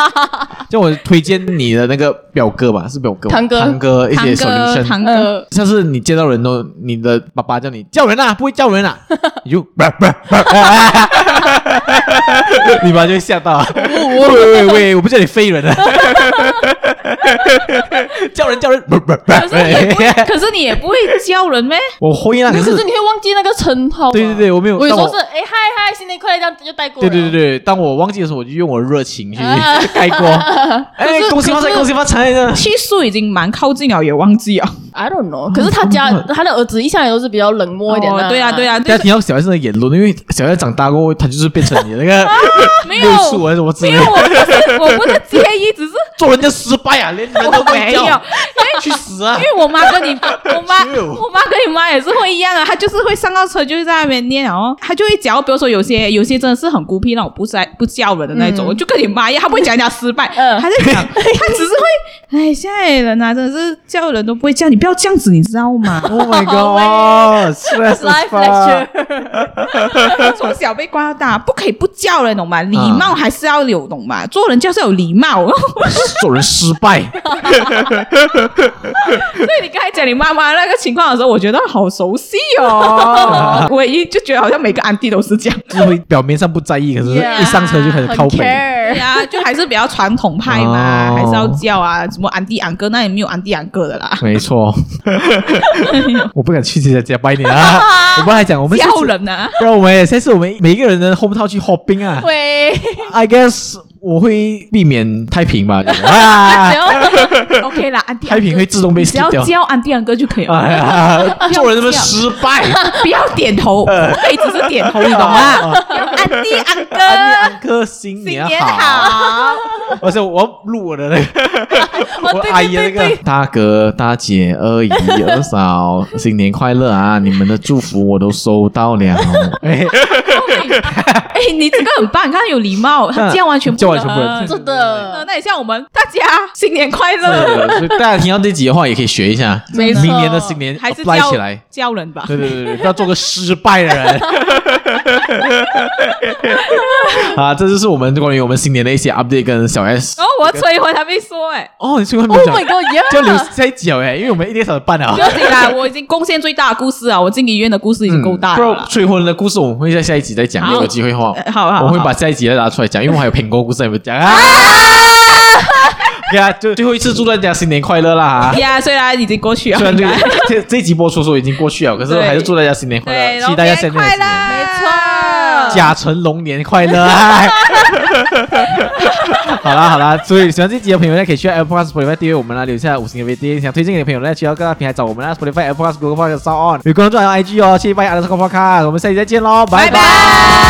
B: 就我推荐你的那个表哥吧，是表哥吗，
C: 堂哥
B: 堂哥一
A: 堂
B: 些小女
A: 哥，
B: 生。
A: 堂哥，
C: 呃，
B: 下次你见到人都，你的爸爸叫你叫人啊，不会叫 人啊，你就你妈就会吓到，喂喂喂，我不叫你飞 人啊，叫人叫人，
A: 可是你也不会，可是你也不会叫人咩？
B: 哎我会啊，
C: 可
B: 可
C: 是
B: 是
C: 你会忘记那个称号啊。
B: 对对对，我没有，
C: 我有时
B: 但
C: 候是哎嗨嗨，新年快乐这样子就带过
B: 对
C: 了。
B: 对对对，当我忘记的时候，我就用我的热情去
A: 啊
B: 盖 过。哎，恭喜发财，恭喜发财的。
A: 七岁已经蛮靠近了，也忘记了。
C: I don't know，可是他 家他的儿子一向也都是比较冷漠一点的、
A: 哦对呀、对
C: 呀、
A: 呀、
B: 大
A: 对
B: 家听到小 S 的言论，因为小 S 长大过后，他就是变成你的那个
A: 没有
B: 六叔还是什么之类
A: 没有，
B: 的，
A: 我不是我不是介意，只是
B: 做人家失败啊，连人都
A: 我
B: 不
A: 没有，
B: 叫，哦
A: 因为
B: 去死啊
A: 因！为我妈跟你我妈
B: True
A: 我妈跟你妈也是会一样的，啊她就是会上到车就是在那边念，然后她就会讲，比如说有些有些真的是很孤僻那种，不在不叫人的那
B: 嗯
A: 种，就跟你妈一样，她不会讲人家失败，
C: 嗯
A: 她就讲她只是会，哎，现在人啊，真的是叫人都不会叫，你不要这样子，你知道 吗？
B: Oh my god！是啊，是
C: Life
B: 啊
C: lecture，
A: 从小被惯到大，不可以不叫人，懂吗？礼
B: 啊
A: 貌还是要有，懂吗？做人就是要有礼貌。
B: 做人失败，
A: 所以你刚才讲你妈妈那个情况的时候，我觉得好熟悉哦。我一就觉得好像每个安迪都是这样。
B: 就是会表面上不在意，可是一上车就开始靠
C: 很
B: 背。
A: 对
C: care
A: 呀、就还是比较传统派嘛，
B: 哦
A: 还是要叫啊，什么安迪安哥，那也没有安迪安哥的啦。
B: 没错，我不敢去这家家拜年啊！ 我们还讲，我们下
A: 叫
B: 次，
A: 人啊，
B: 不然我们也下次我们每一个人的 home town 去 hopping 啊。
C: 喂，
B: I guess 我会避免太平 吧，啊，
C: 然后
A: OK 啦，安迪
B: 太
A: 安
B: 平
A: 哥
B: 会，自动被
A: 你
B: 洗
A: 只要
B: 掉。
A: 叫安迪安哥就可以了，
B: 哎 呀，做人那
A: 不
B: 么
A: 要
B: 失败，
A: 不要点头，不可以只是点头，你 懂吗？要安迪啊安哥，
B: 安哥新
A: 新
B: 年
A: 年
B: 好！
A: 好。
B: 而且我要录我的那个，
C: 哦
B: 我
C: 对
B: 阿姨的
C: 对对
B: 那个
C: 对，
B: 大哥、大姐、二姨、二嫂，新年快乐啊！你们的祝福我都收到 了。哎，
A: 哎、你这个很棒，你看有礼貌，他
B: 嗯
A: 叫完全
B: 叫完全部人
C: 真
A: 呃，
C: 的，
A: 那也像我们大家新年快乐，
B: 所以大家听到这集的话，也可以学一下，
C: 没错
B: 明年的新年
A: 还是
B: apply
A: 叫
B: 起来。
A: 叫人吧。
B: 对对对对，不要做个失败的 人。啊，这就是我们关于我们新年的一些 update 跟小 S。
A: 然哦后我要催婚还没说 哎、
B: 哦，你去外面
C: Oh
B: 讲
C: my，god，yeah！
B: 就留下一集哎，因为我们一点小时半了
A: 不。要紧啦，我已经贡献最大的故事啊，我进医院的故事已经够大
G: 不
A: 了
G: 然
A: 啦。
G: 催婚的故事我们会在下一集再讲，
A: 好
G: 如果有机会的话，
A: 呃好好好
G: 我会把下一集再拿出来讲，因为我还有苹果故事还 没讲啊。对啊，就最后一次祝大家新年快乐 啦！
A: 呀，虽然已经过去了，啊
G: 虽然这
A: 应该
G: 个这这一集播出的时候已经过去了，可是
A: 对
G: 还是祝大家新年快
A: 对，
G: 乐，啊
A: 龙
G: 期待一下
A: 年
G: 新的
A: 快
G: 新
A: 乐，
G: 年，
B: 啊
A: 没错。
B: 甲辰龙年快乐！哎 好啦好啦，所以喜欢这集的朋友呢，可以去 Apple Podcast Spotify 订阅我们啦，留下五星的 rating。想推荐给朋友呢，去到各大平台找我们啦，Spotify、Apple Podcast、Google Podcast、s o n 有观众还有 IG 哦，去拜 a l e x Podcast。我们下期再见喽，拜拜。